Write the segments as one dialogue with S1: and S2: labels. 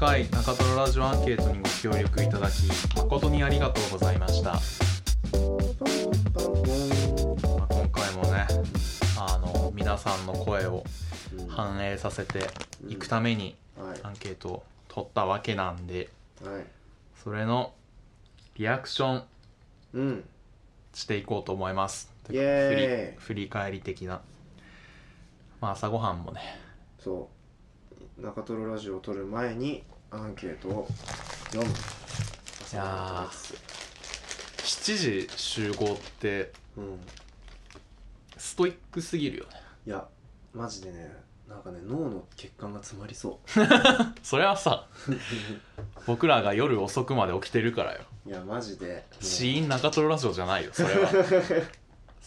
S1: 回中トロラジオアンケートにご協力いただき誠にありがとうございました、まあ、今回もねあの皆さんの声を反映させていくために
S2: はい
S1: アンケートを取ったわけなんで
S2: はい
S1: それのリアクション
S2: うん
S1: していこうと思います
S2: イエーイ
S1: 振り振り返り的なまあ朝ごはんもね
S2: そう中トロラジオを撮る前にアンケートを読む
S1: いや7時集合って
S2: うん
S1: ストイックすぎるよね
S2: いやマジでねなんかね脳の血管が詰まりそ
S1: それは さ僕らが夜遅くまで起きてるからよ
S2: ういやマジで
S1: 死因中トロラジオじゃないよそれ は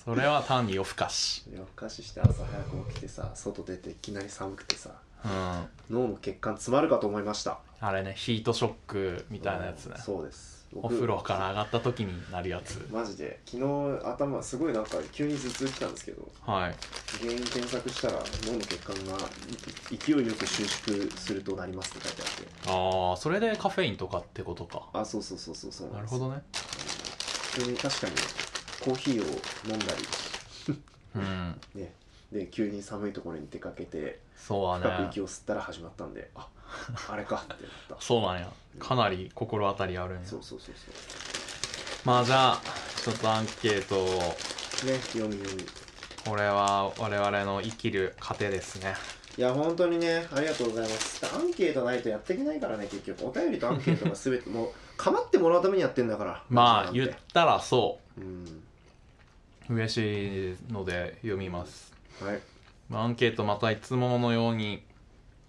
S1: それは単に夜更かし
S2: 夜更かしして朝早く起きてさ外出ていきなり寒くてさ
S1: うん
S2: 脳の血管詰まるかと思いました
S1: あれねヒートショックみたいなやつね
S2: うんそうです僕
S1: お風呂から上がった時になるやつ
S2: マジで昨日頭すごいなんか急に頭痛きたんですけど
S1: はい
S2: 原因検索したら脳の血管がい勢いよく収縮するとなりますって書いてあって
S1: ああそれでカフェインとかってことか
S2: あそうそうそうそうそう
S1: なんる
S2: です
S1: ほどね
S2: 急に確かにコーヒーを飲んだ
S1: うん
S2: りねで急に寒いところに出かけて
S1: そう
S2: 深
S1: だ
S2: く
S1: ね
S2: 息を吸ったら始まったんでああれかってなった
S1: そうなんやかなり心当たりあ るんや
S2: そうそうそうそ
S1: まあじゃあ一つアンケートを
S2: うね読み読み
S1: これは我々の生きる糧ですね
S2: いや本当にねありがとうございますアンケートないとやっていけないからね結局お便りとアンケートが全 てもう構ってもらうためにやってんだから
S1: まあ
S2: ゆ
S1: 言ったらそ
S2: うん
S1: う嬉しいので読みます
S2: はい
S1: まあアンケートまたいつものように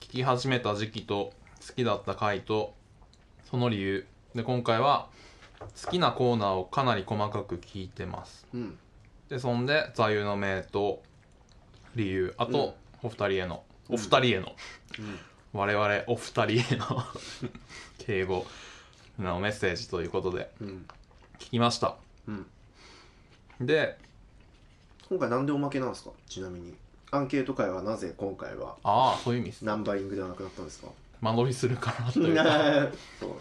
S1: 聞き始めた時期と好きだった回とその理由で今回は好きなコーナーをかなり細かく聞いてます
S2: うん
S1: でそんで座右の銘と理由あと、お二人へのお二人への、
S2: うん
S1: 我々お二人への 敬語のメッセージということで
S2: うん
S1: 聞きました
S2: うん
S1: で
S2: 今回なんでおまけなんですかちなみにアンケート会はなぜ今回は
S1: ああそういう意味です
S2: ナンバリングではなくなったんですか
S1: 間延びするからと
S2: そう
S1: いう
S2: な
S1: か
S2: んで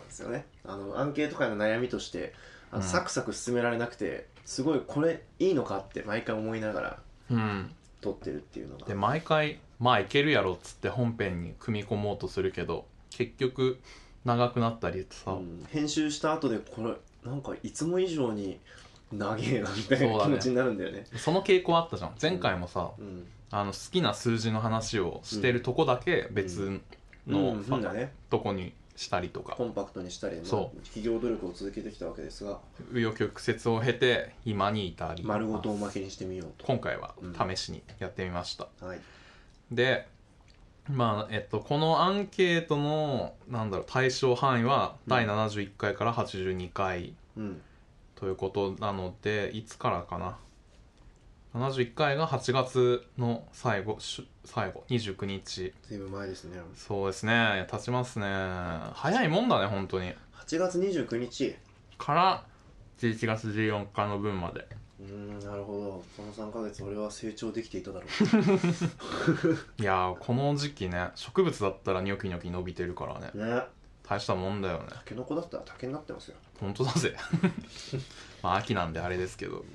S2: すよねあのアンケート会の悩みとしてあの
S1: うん
S2: サクサク進められなくてすごいこれいいのかって毎回思いながら
S1: うん
S2: 撮ってるっていうのが
S1: で毎回まあいけるやろっつって本編に組み込もうとするけど結局長くなったりってさ、
S2: うん編集した後でこれなんかいつも以上に長えなみたい
S1: そう
S2: な
S1: だ
S2: 気
S1: ね
S2: 持ちになるんだよね
S1: その傾向あったじゃん前回もさ、
S2: うん
S1: あの好きな数字の話をしてるとこだけ別の
S2: の、うん
S1: さ、
S2: そうだね
S1: とこにしたりとか
S2: コンパクトにしたり、まあ
S1: そう
S2: 企業努力を続けてきたわけですが
S1: 紆余曲折を経て今に至り
S2: 丸ごとおまけにしてみようと
S1: 今回は試しにやってみました、
S2: はい
S1: でまあえっとこのアンケートのなんだろう対象範囲は
S2: うん
S1: 第71回から82回
S2: うん
S1: ということなので、いつからかな71回が8月の最後しゅ最後29日
S2: ずいぶん前ですね
S1: そうですね経ちますね早いもんだね本当に
S2: 8月29日
S1: から11月14日の分まで
S2: うーんなるほどその3ヶ月俺は成長できていただろ
S1: いやーこの時期ね植物だったらニョキニョキ伸びてるからね
S2: う ね
S1: 大したもんだよね
S2: タケノコだったら竹になってますよ
S1: 本当だぜ まあ秋なんであれですけど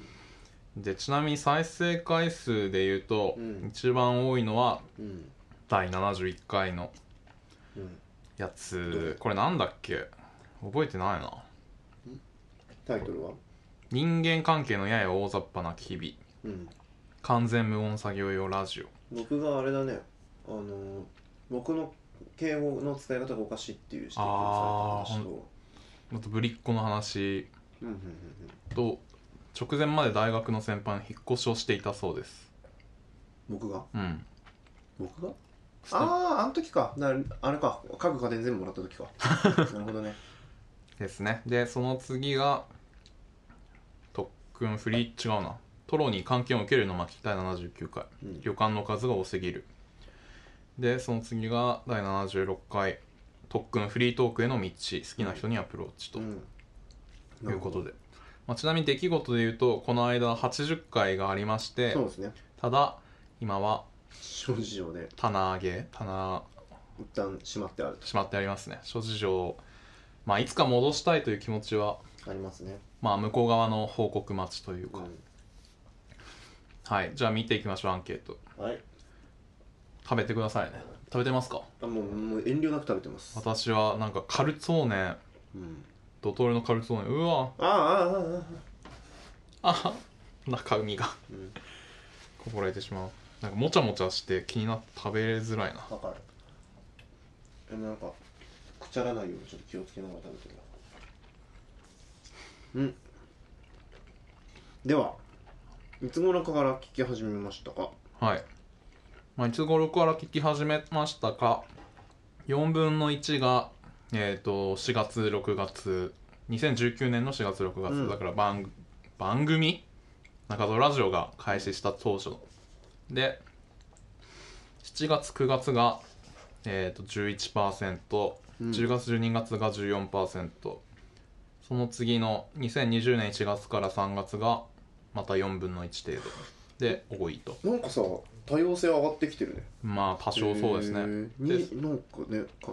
S1: でちなみに再生回数で言うと、
S2: うん
S1: 一番多いのは
S2: うん
S1: 第71回の
S2: うん
S1: や
S2: どれ
S1: つこれなんだっけ覚えてないな
S2: タイトルは
S1: 人間関係のやや大雑把な日々
S2: うん
S1: 完全無音作業用ラジオ
S2: 僕があれだねあのー僕の敬語の使い方がおかしいっていう指摘をされた話と
S1: あとぶりっ子の話
S2: うんうん
S1: と直前まで大学の先輩の引っ越しをしていたそうです
S2: うんうん僕が
S1: うん
S2: 僕があああの時かなあれか家具家電全部もらった 時かなるほどね
S1: ですねでその次が特訓フリー違うなトロに関係を受けるの巻き第79回
S2: うん
S1: 旅館の数が多すぎるでその次が第76回特訓フリートークへの道好きな人にアプローチと
S2: うん
S1: いうこと
S2: なる
S1: で、まあ、ちなみに出来事で言うとこの間80回がありまし
S2: ほど
S1: て
S2: そうですね
S1: ただ今は
S2: 諸事情で
S1: 棚上げ棚
S2: 一旦しまってある
S1: しまってありますね諸事情を、まあ、いつか戻したいという気持ちは、
S2: とありますね、
S1: まあ、向こう側の報告待ちというか、
S2: う
S1: はいじゃあ見ていきましょうアンケート
S2: ん、はい
S1: 食べてくださいね食べてますか
S2: あもうもう遠慮なく食べてます、
S1: 私はなんかカルツォーネ
S2: うん、
S1: ドトールのカルツォーネうわ
S2: あああああああ
S1: あは中海が
S2: うん
S1: こぼれてしまうなんかもちゃもちゃして気になって食べづらいな
S2: わかるえなんかくちゃらないようにちょっと気をつけながら食べてるなうんではいつ頃から聞き始めましたか
S1: はい、まあ、いつ頃から聞き始めましたか4分の1が、えー、と4月6月2019年の4月6月、
S2: うん
S1: だから番番組中戸ラジオが開始した当初で7月9月が、えー、と 11%10、
S2: うん
S1: 10月12月が14%その次の2020年1月から3月がまた4分の1程度で多いと
S2: なんかさ多様性上がってきてるね
S1: まあ多少そうです
S2: へ
S1: ね
S2: ー
S1: で
S2: になんかねか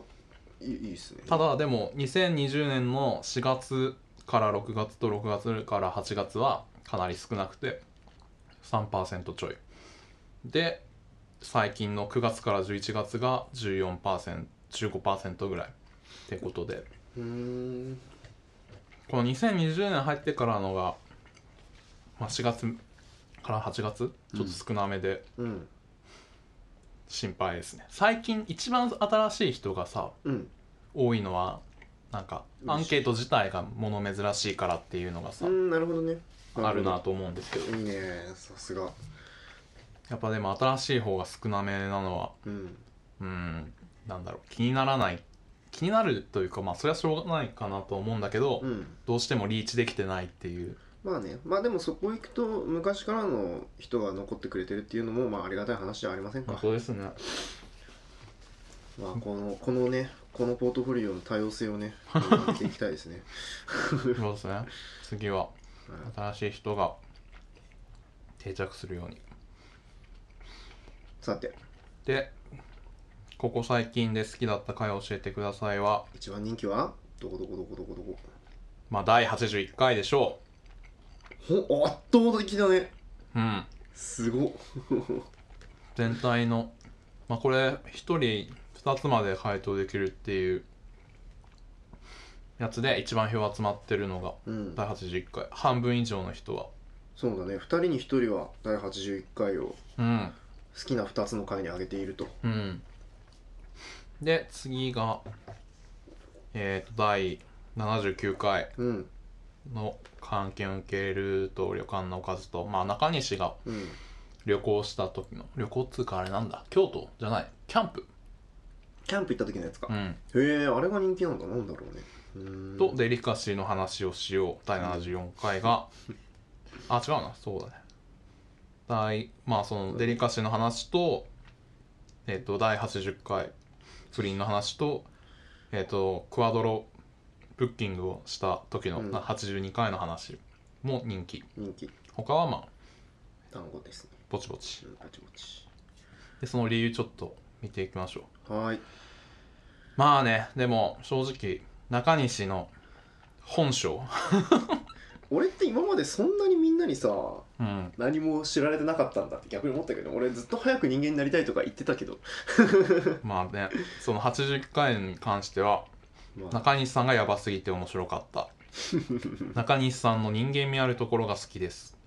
S2: いいいいっすね
S1: ただでも2020年の4月から6月と6月から8月はかなり少なくて3%ちょいで最近の9月から11月が 14%15% ぐらいってことで
S2: うーん
S1: この2020年入ってからのが、まあ、4月から8月ちょっと少なめで
S2: うん
S1: 心配ですね、最近一番新しい人がさ
S2: うん
S1: 多いのはなんかアンケート自体が物珍しいからっていうのがさ、
S2: うんなるほどね
S1: あるなと思うんですけど
S2: いいねさすが
S1: やっぱでも新しい方が少なめなのは
S2: うん
S1: うんなんだろう気にならない気になるというかまあそれはしょうがないかなと思うんだけど、
S2: うん
S1: どうしてもリーチできてないっていう
S2: まあねまあでもそこ行くと昔からの人が残ってくれてるっていうのもまあありがたい話じゃありませんか、
S1: うですね
S2: まあ、このこのねこのポートフォリオの多様性をね上げていきたいですね
S1: そうですね次は新しい人が定着するように
S2: さて
S1: でここ最近で好きだった回を教えてくださいは
S2: 一番人気はどこどこどこどこどこ
S1: まあ第81回でしょ
S2: ほ圧倒的だね
S1: ううん
S2: すごっ
S1: 全体のまあこれ1人2つまで回答できるっていうやつで一番票集まってるのが
S2: うん
S1: 第81回半分以上の人は
S2: そうだね2人に1人は第81回を
S1: うん
S2: 好きな2つの回に上げていると
S1: うんで次がえっ、と第79回
S2: うん
S1: の関係を受けると旅館のおかずとまあ中西が
S2: うん
S1: 旅行した時の旅行っつうかあれなんだ京都じゃないキャンプ、
S2: キャンプ行った時のやつか、
S1: うん、
S2: へえあれが人気なんだなんだろうねうーん
S1: とデリカシーの話をしよう第74回が、あ違うなそうだね第まあそのデリカシーの話とえっ、と第80回不倫の話とえっ、とクワドロブッキングをした時の
S2: うん
S1: な82回の話も人気
S2: 人気
S1: 他はまあ
S2: 単語ですね
S1: ぼちぼち
S2: うんぼちぼち
S1: でその理由ちょっと見ていきましょう
S2: はーい
S1: まあねでも正直中西の本性
S2: 俺って今までそんなにみんなにさ
S1: うん
S2: 何も知られてなかったんだって逆に思ったけど俺ずっと早く人間になりたいとか言ってたけど、
S1: まあねその80回に関しては
S2: まあ、
S1: 中西さんがヤバすぎて面白かった中西さんの人間味あるところが好きです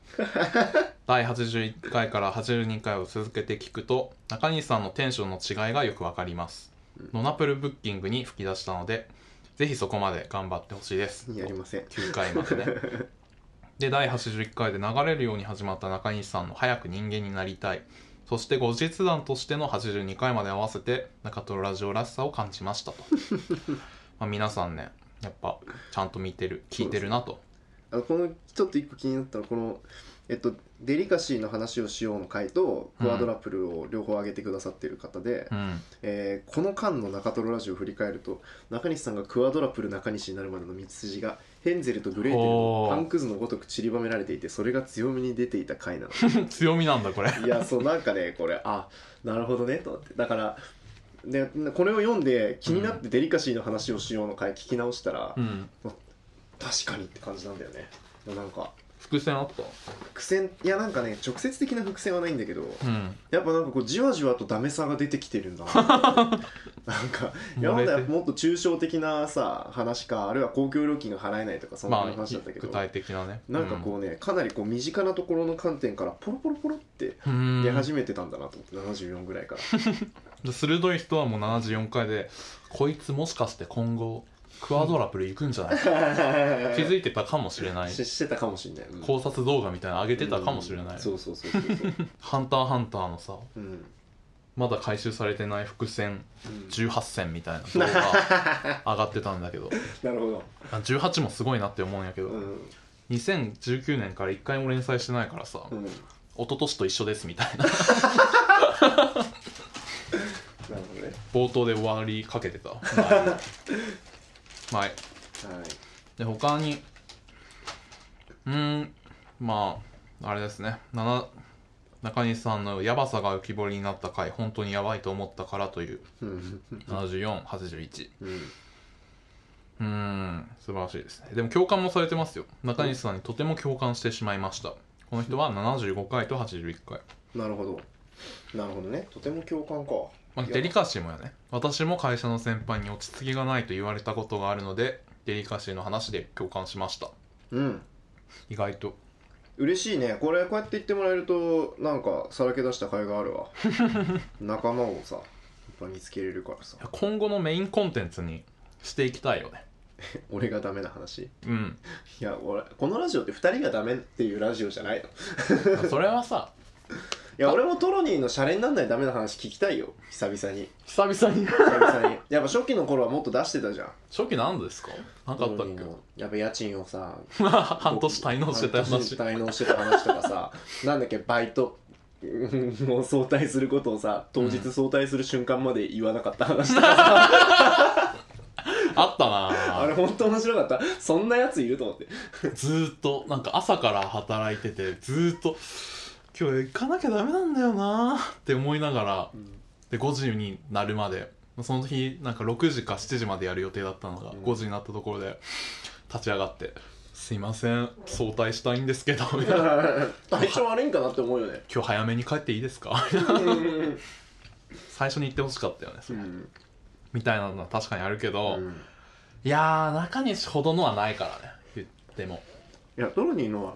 S1: 第81回から82回を続けて聞くと中西さんのテンションの違いがよくわかりますノナプルブッキングに吹き出したのでぜひそこまで頑張ってほしいです
S2: やりません
S1: 9回までねで第81回で流れるように始まった中西さんの「早く人間になりたい」そして後日談としての82回まで合わせて中トロラジオらしさを感じま したとまあ皆さんねやっぱちゃんと見てる聞いてるなと
S2: あのこのちょっと一個気になったのはこのえっとデリカシーの話をしようの回とクワドラプルを両方上げてくださっている方で、
S1: うん
S2: えーこの間の中トロラジオを振り返ると中西さんがクワドラプル中西になるまでの道筋がヘンゼルとグレーテルのパンくずのごとく散りばめられていてそれが強みに出ていた回なの
S1: 強みなんだこれ
S2: いやそうなんかねこれあなるほどねと思ってだからでこれを読んで気になってデリカシーの話をしようの回聞き直したら、
S1: うん
S2: 確かにって感じなんだよねなんか
S1: 伏線あった
S2: 伏線いやなんかね直接的な伏線はないんだけど
S1: うん
S2: やっぱなんかこうじわじわとダメさが出てきてるん だななんか今まではもっと抽象的なさ話かあるいは公共料金が払えないとかそんな
S1: まあ
S2: 話だったけど、
S1: 具体的なね
S2: なんかこうね、かなりこう身近なところの観点からポロポロポロって
S1: うん
S2: 出
S1: うん
S2: 始めてたんだなと思って74ぐらいから
S1: で鋭い人はもう74回でこいつもしかして今後クワドラプル行くんじゃない 気づいてたかもしれない
S2: ししてたかもしれない、うん
S1: 考察動画みたいなの上げてたかもしれない、
S2: うんそうそうそうそうそう、
S1: ハンターハンターのさ
S2: うん
S1: まだ回収されてない伏線
S2: うん
S1: 18線みたいな動画 上がってたんだけど
S2: なるほど、
S1: あ18もすごいなって思うんやけど、
S2: うん
S1: 2019年から1回も連載してないからさ、
S2: うん、なる
S1: 一昨年と一緒ですみたいな
S2: ほどね
S1: 冒頭で終わりかけてた前に前
S2: はい
S1: で他にうーんまああれですねなな中西さんのヤバさが浮き彫りになった回本当にヤバいと思ったからという
S2: うん
S1: 7481
S2: うん
S1: うーん素晴らしいですねでも共感もされてますよ中西さんにとても共感してしまいましたこの人は75回と81回、
S2: なるほどなるほどねとても共感か
S1: まあ、
S2: いや
S1: デリカシーもやね私も会社の先輩に落ち着きがないと言われたことがあるのでデリカシーの話で共感しました
S2: うん
S1: 意外と
S2: 嬉しいねこれこうやって言ってもらえるとなんかさらけ出した甲斐が あるわ仲間をさやっぱ見つけれるからさ
S1: いや今後のメインコンテンツにしていきたいよね
S2: 俺がダメな話い
S1: うん
S2: や俺このラジオって2人がダメっていうラジオじゃないのい
S1: それはさ
S2: や俺もトロニーのシャレになんないダメな話聞きたいよ久々に
S1: 久々 に
S2: 久々 にやっぱ初期の頃はもっと出してたじゃん
S1: 初期何ですかなかったっ
S2: トロニーのやっぱ家賃をさ
S1: け 半年滞納してた
S2: 半
S1: 話
S2: 年滞納してた話とかさなんだっけバイト うんもう早退することをさ当日早退する瞬間まで言わなかった話とかさ、
S1: あったな
S2: あれ本当面白かったそんなやついると思って
S1: ぁずーっとなんか朝から働いててずーっと今日行かなきゃダメなんだよなぁって思いながらで5時になるまでその日なんか6時か7時までやる予定だったのが
S2: うん
S1: 5時になったところで立ち上がって「すいません早退したいんですけ ど」みたいな
S2: 体調悪いんかなって思うよね
S1: 今日早めに帰っていいですか?」
S2: うん
S1: 最初に言ってほしかったよねそれみたいなのは確かにあるけど、
S2: うん
S1: いやー中西ほどのはないからね言っても
S2: いやトロニーのは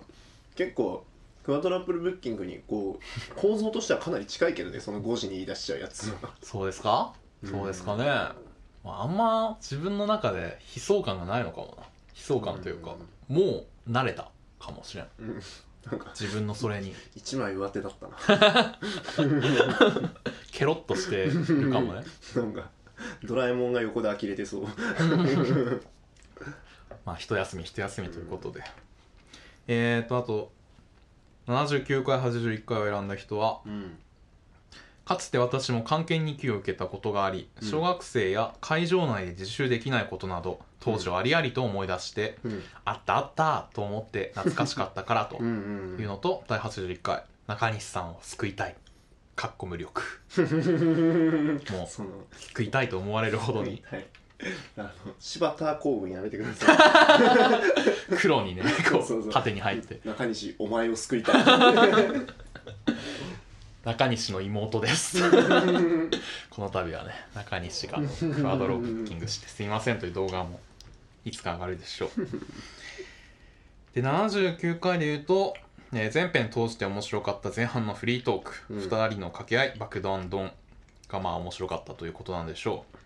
S2: 結構クワトラップルブッキングにこう構造としてはかなり近いけどねその5時に言い出しちゃうやつ は
S1: そうですか
S2: うん
S1: そうですかね、まあ、あんま自分の中で悲壮感がないのかもな悲壮感というか、もう慣れたかもしれん
S2: うんなんか
S1: 自分のそれに
S2: 一枚上手だったな
S1: ケロッとしてるかもね
S2: なんかドラえもんが横で呆れてそう
S1: まあ一休み一休みということで、えーとあと79回81回を選んだ人は
S2: うん
S1: かつて私も漢検2級を受けたことがあり、
S2: うん
S1: 小学生や会場内で自習できないことなど当時をありありと思い出して、
S2: うん
S1: あったあったと思って懐かしかったからと
S2: うんう
S1: いうのと、第81回中西さんを救いたいかっこ無力
S2: ん
S1: もう
S2: その
S1: 救いたいと思われるほど に
S2: はいあの柴田公文やめてくださ
S1: 黒にね
S2: そう
S1: こ
S2: そうそう
S1: う縦に
S2: い
S1: 入って
S2: 中西お前を救いたい
S1: 中西の妹ですこの度はね中西がクワドロブッキングしてすいませんという動画もいつか上がるでしょう で79回で言うと、えー前編通して面白かった前半のフリートーク、
S2: うん
S1: 2人の掛け合い爆弾ドンがまあ面白かったということなんでしょう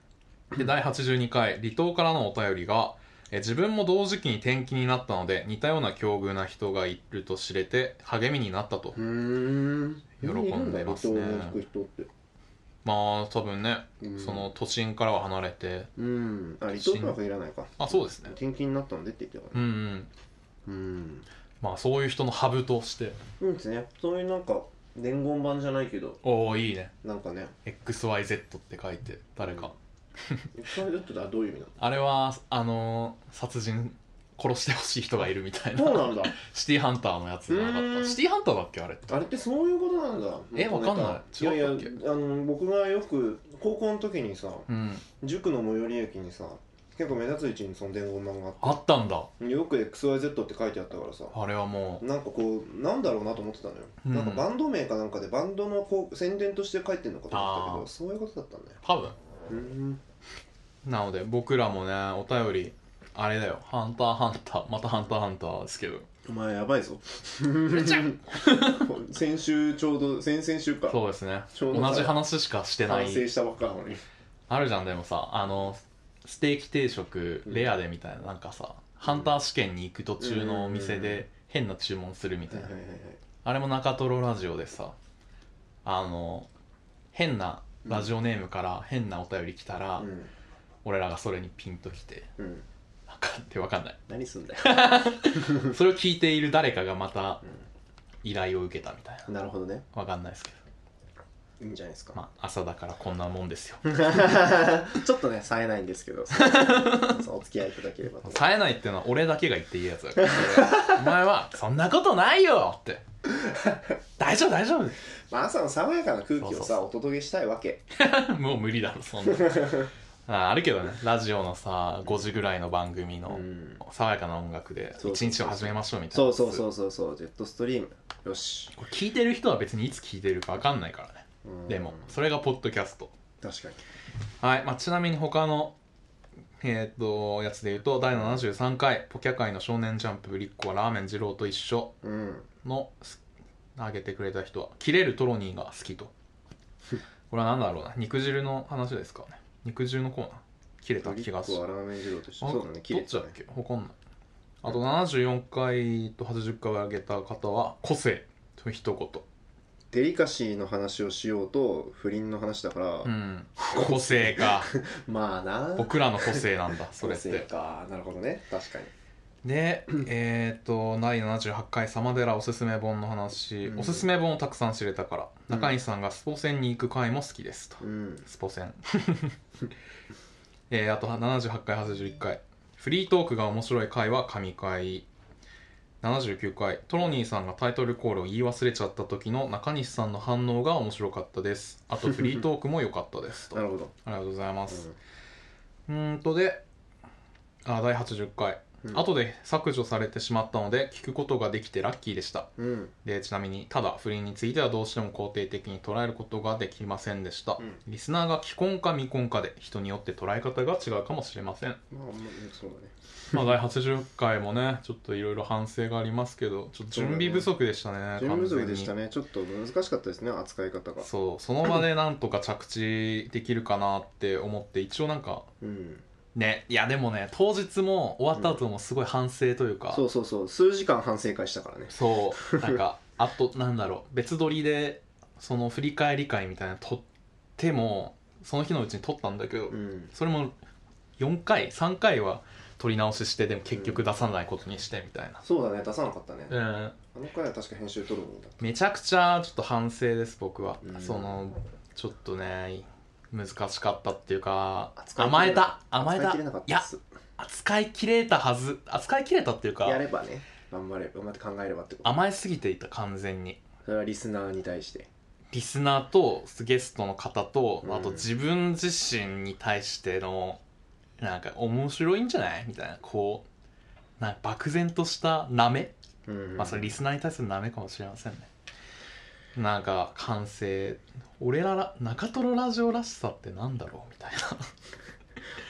S1: で第82回離島からのお便りがえー自分も同時期に転勤になったので似たような境遇な人がいると知れて励みになったと
S2: うーん
S1: 喜んでますね
S2: いるんだ離島の人って
S1: まあ多分ね、
S2: うん
S1: その都心からは離れて
S2: うんあ離島とかいらないか
S1: あそうですね
S2: 転勤になったのでって言ってたか
S1: うん
S2: ら
S1: う
S2: ね
S1: ん
S2: うん
S1: まあそういう人のハブとして
S2: うんですねそういうなんか伝言版じゃないけど
S1: おおいいね
S2: なんかね
S1: XYZ って書いて誰か、
S2: それだったらどういう意味なの
S1: あれはあのー殺人殺してほしい人がいるみたいな
S2: そうなんだ
S1: シティハンターのやつじゃなかっ
S2: うーん
S1: たシティハンターだっけあれって
S2: あれってそういうことなんだ
S1: えわかんない
S2: いやいや
S1: 違
S2: あ
S1: ったっ
S2: の僕がよく高校の時にさ
S1: うん
S2: 塾の最寄り駅にさ結構目立つ位置にその伝言板があって
S1: あったんだ
S2: よく XYZ って書いてあったからさ
S1: あれはも
S2: なんかこうなんだろうなと思ってたのよ、
S1: うん
S2: なんかバンド名かなんかでバンドのこう宣伝として書いてんのかと思ったけ
S1: あー
S2: どそういうことだったんだよ
S1: う多分
S2: うん
S1: なので僕らもねお便りあれだよ「ハンターハンター」また「ハンターハンター」ですけど
S2: お前やばいぞ 先週ちょうど先々週か
S1: そうですね
S2: ちょ
S1: 同
S2: うど
S1: じ話しかしてな
S2: 完
S1: い
S2: 成したばっかなのに
S1: あるじゃんでもさあのステーキ定食レアでみたいななんかさハンター試験に行く途中のお店で変な注文するみたいな
S2: はいはいはい
S1: あれも中トロラジオでさあの変なラジオネームから変なお便り来たら、
S2: はいうん
S1: 俺らがそれにピンときて
S2: うん
S1: なんかってわかんない
S2: 何すんだよ、
S1: それを聞いている誰かがまた依頼を受けたみたいな
S2: うん なるほどね
S1: わかんないですけど
S2: いいんじゃないですか、
S1: まあ朝だからこんなもんですよ
S2: ちょっとね冴えないんですけ どそうお付き合いいただければと
S1: 冴えないっていうのは俺だけが言っていいやつだからお前は「そんなことないよ!」って「大丈夫大丈夫!
S2: まあ、朝の爽やかな空気を
S1: そう
S2: さ
S1: そうそう
S2: お届けしたいわけ」
S1: もう無理だろ そんなああるけどねラジオのさ5時ぐらいの番組の、
S2: うん
S1: 爽やかな音楽で
S2: そ
S1: 一
S2: うそうそう
S1: 日を始めましょうみたいな
S2: そうそうそううそうそうジェットストリームよし、
S1: これ聞いてる人は別にいつ聞いてるか分かんないからね
S2: うん
S1: でもそれがポッドキャスト
S2: 確かに
S1: はい、まあ、ちなみに他のえーっとやつで言うと第73回「ポキャ界の少年ジャンプぶりっ子はラーメン二郎と一緒
S2: うん」
S1: のす挙げてくれた人は「切れるトロニーが好き」とこれは何だろうな肉汁の話ですかね肉汁のコーナー切れた気がす
S2: ト
S1: る
S2: リックはラーメン二郎と一緒
S1: あ
S2: そうだね綺
S1: ど
S2: 麗
S1: っちだっけわかんないあと74回と80回を挙げた方は個性と一言
S2: デリカシーの話をしようと不倫の話だから、
S1: うん個性か
S2: まあな
S1: 僕らの個性なんだそ
S2: 個
S1: れっ
S2: 性
S1: て
S2: かなるほどね確かに
S1: でえっ、と第78回「マデラおすすめ本」の話、
S2: うん
S1: おすすめ本をたくさん知れたから、
S2: うん
S1: 中西さんがスポ戦に行く回も好きですと、
S2: うん
S1: スポ戦 えー、あと78回81回フリートークが面白い回は神回79回トロニーさんがタイトルコールを言い忘れちゃった時の中西さんの反応が面白かったですあとフリートークも良かったですと
S2: な
S1: あ
S2: るほど、
S1: りがとうございますうーんとであ第80回、
S2: うん
S1: 後で削除されてしまったので聞くことができてラッキーでした
S2: うんうん
S1: でちなみにただ不倫についてはどうしても肯定的に捉えることができませんでした、
S2: うん
S1: リスナーが既婚か未婚かで人によって捉え方が違うかもしれません
S2: まあまあそうだね
S1: まあ第80回もねちょっといろいろ反省がありますけどちょっと準備不足でしたね
S2: 準備不足でした
S1: ね
S2: ねちょっと難しかったですね扱い方が
S1: そうその場でなんとか着地できるかなって思って一応なんか
S2: うん
S1: ねいやでもね当日も終わった後もすごい反省というか、
S2: そうそうそう数時間反省会したからね
S1: そうなんかあとなんだろう別撮りでその振り返り会みたいなの撮ってもその日のうちに撮ったんだけど、
S2: うん
S1: それも4回3回は撮り直ししてでも結局出さないことにしてみたいな、
S2: そうだね出さなかったね、
S1: うん
S2: あの回は確か編集取るもんだ
S1: めちゃくちゃちょっと反省です僕は、
S2: うん
S1: そのちょっとね難しかったっていうか
S2: 扱いきれな
S1: 甘えた甘え
S2: 扱い
S1: た
S2: きれなかった
S1: い
S2: っす
S1: や扱いきれたはず扱いきれたっていうか
S2: やればね頑張れば頑張って考えればってこと
S1: 甘えすぎていた完全に
S2: それはリスナーに対して
S1: リスナーとゲストの方と、
S2: うん
S1: あと自分自身に対してのなんか面白いんじゃないみたいなこうなんか漠然としたなめ、
S2: うん
S1: まあそれリスナーに対するなめかもしれませんねなんか完成俺らら中トロラジオらしさってなんだろうみたいな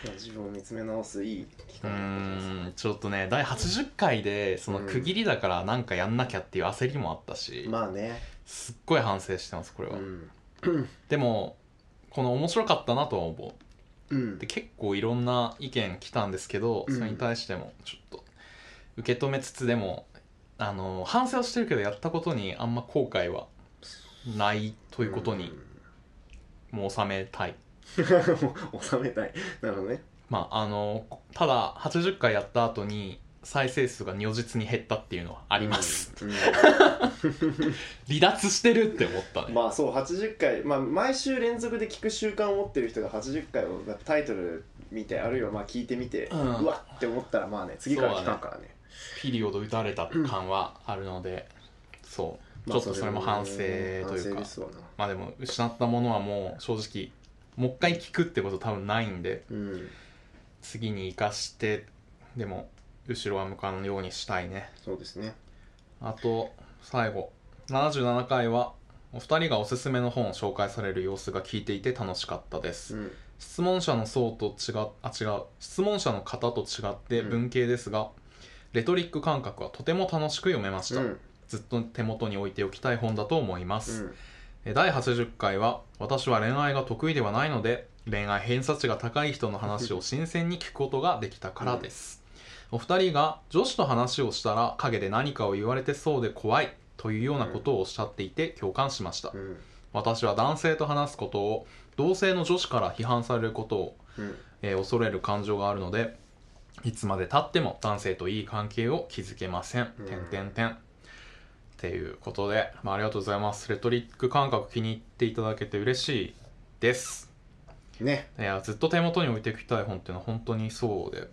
S2: まあ自分を見つめ直すいい機
S1: う
S2: 会だったんじゃないですか
S1: ーんちょっとね第80回でその区切りだからなんかやんなきゃっていう焦りもあったし、
S2: まあね
S1: すっごい反省してますこれ
S2: う
S1: は、
S2: ん
S1: でもこの面白かったなとは思う
S2: うん
S1: で結構いろんな意見来たんですけど
S2: うん
S1: それに対してもちょっと受け止めつつでもあの反省はしてるけどやったことにあんま後悔はないということにもう収めたい、
S2: うん 収めたいなるほどね
S1: まああのただ80回やった後に再生数が如実に減ったっていうのはあります、
S2: うん、
S1: 離脱してるって思った
S2: うん
S1: ね、
S2: まあそう80回、まあ、毎週連続で聞く習慣を持ってる人が80回をタイトル見てあるいはまあ聞いてみて、
S1: う
S2: うんわって思ったらまあね次から聞かんからね
S1: ピリオド打たれた感はあるので、そうち
S2: ま
S1: ょ
S2: あ
S1: っとそれも反省とい
S2: 反省
S1: うか
S2: ですわな
S1: まあでも失ったものはもう正直もう一回聞くってこと多分ないんで
S2: うん
S1: 次に生かしてでも後ろは向かんようにしたいね
S2: そうですね
S1: あと最後77回はお二人がおすすめの本を紹介される様子が聞いていて楽しかったです、
S2: うん
S1: 質問者の層と違っあ違う質問者の方と違って文系ですが、レトリック感覚はとても楽しく読めまし
S2: う
S1: た、
S2: ん
S1: ずっと手元に置いておきたい本だと思いま
S2: う
S1: す、
S2: ん
S1: え第80回は私は恋愛が得意ではないので恋愛偏差値が高い人の話を新鮮に聞くことができたからです、お二人が女子と話をしたら陰で何かを言われてそうで怖いというようなことをおっしゃっていて共感しました、
S2: うん
S1: 私は男性と話すことを同性の女子から批判されることを、
S2: うん
S1: えー恐れる感情があるのでいつまでたっても男性といい関係を築けません。
S2: うん
S1: てんてんてんっていうことで、まあ、ありがとうございます。レトリック感覚気に入っていただけて嬉しいです。
S2: ね
S1: いやずっと手元に置いておきたい本っていうのは本当にそうで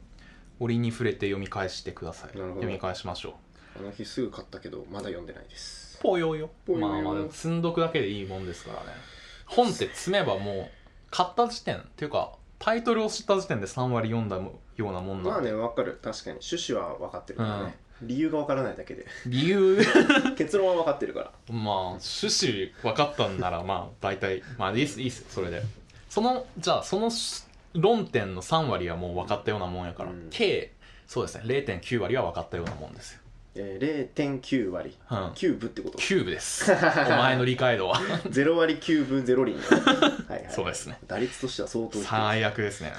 S1: 折に触れて読み返してください。
S2: なるほど
S1: 読み返しましょう。
S2: あの日すぐ買ったけどまだ読んでないです
S1: ぽよよ
S2: ぽよよ
S1: まあまあでも積んどくだけでいいもんですからね本って積めばもう買った時点っていうかタイトルを知った時点で3割読んだようなもん
S2: ま
S1: な
S2: あ
S1: んで、
S2: ねわかる確かに趣旨は分かってるからね、理由が分からない だけで
S1: 理由
S2: 結論は分かってるから
S1: まあ趣旨分かったんならまあ大体まあいいっすいいっすそれでそのじゃあその論点の3割はもう分かったようなもんやから、
S2: うん
S1: 計そうですね0.9割は分かったようなもんですよ、
S2: えー、0.9割
S1: うん、
S2: 9分ってこと
S1: キューブです お前の理解度は
S2: 0割9分0厘はい、はい、
S1: そうですね
S2: 打率としては相当低い
S1: 最悪ですね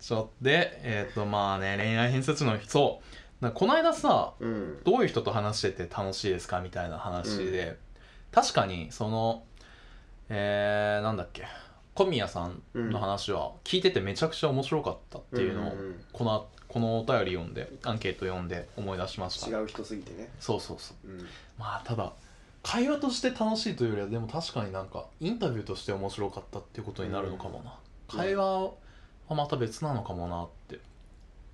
S1: ちょでえっ、とまあね恋愛偏差値の人そうだからこの間さ
S2: うん
S1: どういう人と話してて楽しいですかみたいな話で、確かにそのえー、なんだっけ小宮さんの話は聞いててめちゃくちゃ面白かったっていうのを
S2: んんん
S1: このこのお便り読んでアンケート読んで思い出しました
S2: 違う人すぎてね、
S1: そうそうそう
S2: うん、
S1: まあただ会話として楽しいというよりはでも確かになんかインタビューとして面白かったっていうことになるのかもな、
S2: うん
S1: 会話はまた別なのかもなって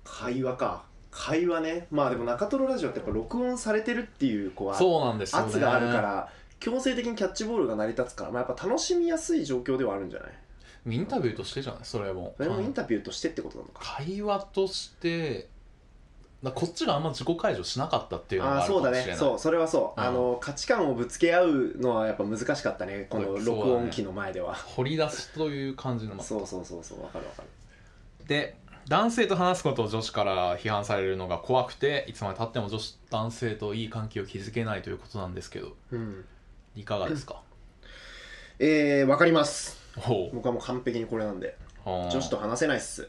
S2: 会話か会話ねまあでも中トロラジオってやっぱ録音されてるっていうこう
S1: そうなんですよね
S2: 圧があるから強制的にキャッチボールが成り立つから、まあ、やっぱ楽しみやすい状況ではあるんじゃない
S1: インタビューとしてじゃないそれも
S2: それもインタビューとしてってことなのか、
S1: 会話としてだこっちがあんま自己解除しなかったっていうの
S2: あ
S1: が
S2: あ
S1: ある
S2: ーそ
S1: か
S2: う
S1: もし
S2: だ
S1: れない
S2: ねそうそれはそう、
S1: うん
S2: あの価値観をぶつけ合うのはやっぱ難しかったねこの
S1: そう
S2: 録音機の前では
S1: 掘り出すという感じのまあ
S2: そうそうそうそうわかるわかる
S1: で男性と話すことを女子から批判されるのが怖くていつまでたっても女子男性といい関係を築けないということなんですけど
S2: うん
S1: いかがですか、
S2: えー、わかります
S1: おう
S2: 僕はもう完璧にこれなんで
S1: あー
S2: 女子と話せないっす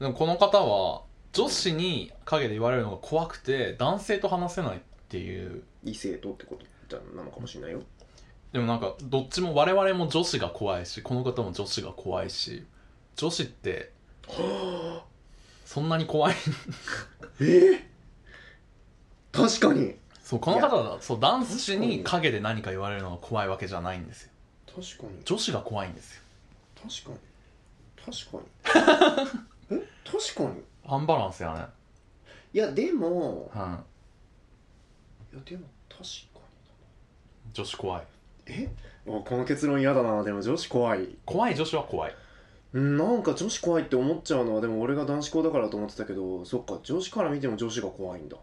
S1: でもこの方は女子に陰で言われるのが怖くて男性と話せないっていう
S2: 異性とってことじゃなのかもしれないよ
S1: でもなんかどっちも我々も女子が怖いしこの方も女子が怖いし女子ってそんなに怖い
S2: えー、確かに
S1: そうこの方はそう男子に陰で何か言われるのが怖いわけじゃないんですよ
S2: 確かに
S1: 女子が怖いんですよ
S2: 確かに確かに え確かに
S1: アンバランスやね
S2: いやでも
S1: うん
S2: いやでも確か
S1: 女子怖い
S2: にえあこの結論嫌だなでも女子怖い
S1: 怖い女子は怖い
S2: うんなんか女子怖いって思っちゃうのはでも俺が男子校だからと思ってたけどそっか女子から見ても女子が怖いんだ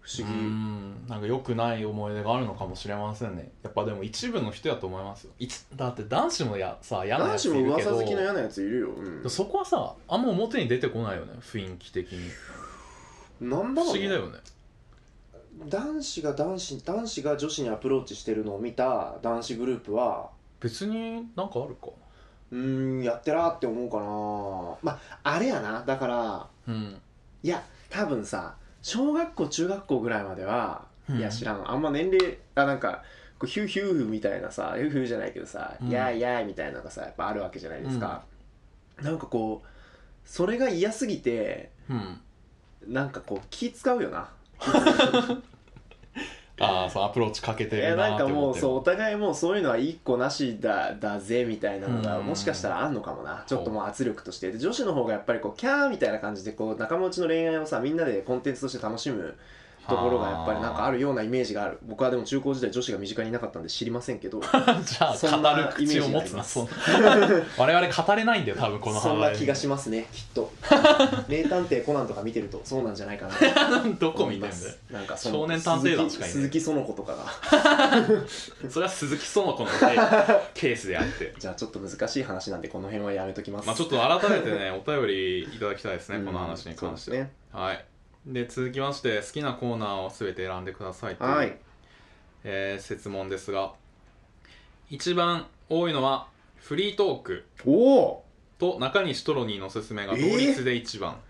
S2: 不
S1: う
S2: 思議
S1: んなんか良くない思い出があるのかもしれませんねやっぱでも一部の人やと思いますよいつだって男子もやさ嫌なや
S2: 男
S1: つ
S2: 子
S1: い
S2: も
S1: るけ
S2: 噂
S1: ど
S2: 好きな嫌なやついるよ、うん、
S1: そこはさあんま表に出てこないよね雰囲気的に
S2: な
S1: 不
S2: んだろ
S1: 思
S2: うね
S1: 議だよね
S2: 男子が男子男子が女子にアプローチしてるのを見た男子グループは
S1: 別になんかあるか
S2: うーんやってらーって思うかなまああれやなだから
S1: うん
S2: いや多分さ小学校中学校ぐらいまでは、
S1: うん
S2: いや知らんあんま年齢あなんかこうヒューヒューみたいなさヒューヒューじゃないけどさ、
S1: うん
S2: やいやいみたいなのがさやっぱあるわけじゃないですか、なんかこうそれが嫌すぎて
S1: うん
S2: なんかこう気使うよな
S1: ああそうアプローチかけて
S2: い
S1: る
S2: や
S1: な
S2: な
S1: っ
S2: ん
S1: て
S2: か
S1: 思
S2: も
S1: っ
S2: う
S1: て
S2: そうお互いもうそういうのは一個なしだだぜみたいなのが
S1: うん
S2: もしかしたらあんのかもなちょっともう圧力としてで女子の方がやっぱりこうキャーみたいな感じでこう仲間内の恋愛をさみんなでコンテンツとして楽しむところがやっぱりなんかあ
S1: る
S2: るようなイメージがある僕はでも中高時代女子が身近にいなかったんで知りませ んけど
S1: じゃ
S2: そん
S1: あ
S2: な
S1: 語る口を持つな
S2: イメージ
S1: そ
S2: に
S1: ん 我々語れないんだよ多分この話
S2: そんな気がしますねきっと 名探偵コナンとか見てるとそうなんじゃないかな と
S1: どこ
S2: 思い
S1: 見てんだ
S2: ま
S1: よ
S2: すなんか
S1: 少年探偵団しかいない
S2: 鈴木鈴木園子とかが
S1: それは鈴木園子のねケースであ って
S2: じゃあちょっと難しい話なんでこの辺はやめときます
S1: まあちょっと改めて ねお便りいただきたいですね
S2: うん
S1: この話に関して
S2: そう
S1: は、
S2: ですね
S1: はいで続きまして好きなコーナーを全て選んでくださいという、
S2: はい
S1: えー設問ですが一番多いのはフリートーク
S2: おお
S1: と中西トロニーのおすすめが同率で1番、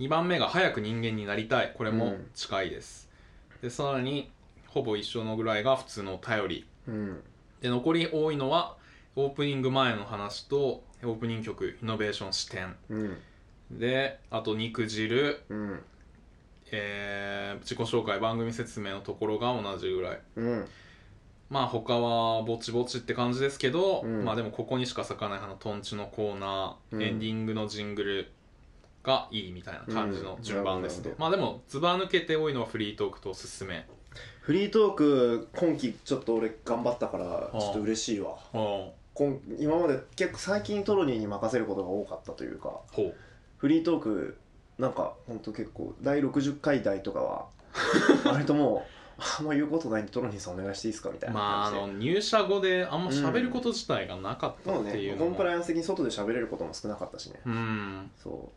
S1: 2番目が早く人間になりたいこれも近いです、でさらにほぼ一緒のぐらいが普通のお便り
S2: うん
S1: で残り多いのはオープニング前の話とオープニング曲イノベーション視点
S2: うん
S1: であと肉汁、
S2: うん
S1: えー自己紹介番組説明のところが同じぐらい
S2: うん
S1: まあ他はぼちぼちって感じですけど、
S2: うん
S1: まあでもここにしか咲かない花とんちのコーナー、
S2: うん
S1: エンディングのジングルがいいみたいな感じの順番ですね、
S2: うん
S1: まあでもずば抜けて多いのはフリートークとおすすめ
S2: フリートーク今期ちょっと俺頑張ったから
S1: あ
S2: ちょっと嬉しいわ
S1: ほ
S2: 今今まで結構最近トロニーに任せることが多かったというか
S1: う
S2: フリートークなんかほんと結構第60回台と かは割ともうあんま言うことないんでトロニーさんお願いしていいですかみたいな
S1: まああ
S2: 感じで
S1: の入社後であんま喋ること自体がなかった
S2: そう
S1: ってい
S2: ね
S1: うの
S2: コ
S1: も、
S2: ンプライアンス的に外で喋れることも少なかったしね
S1: うん
S2: そ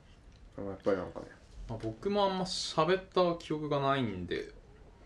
S2: うでもやっぱりなんかね
S1: まあ、僕もあんま喋った記憶がないんで、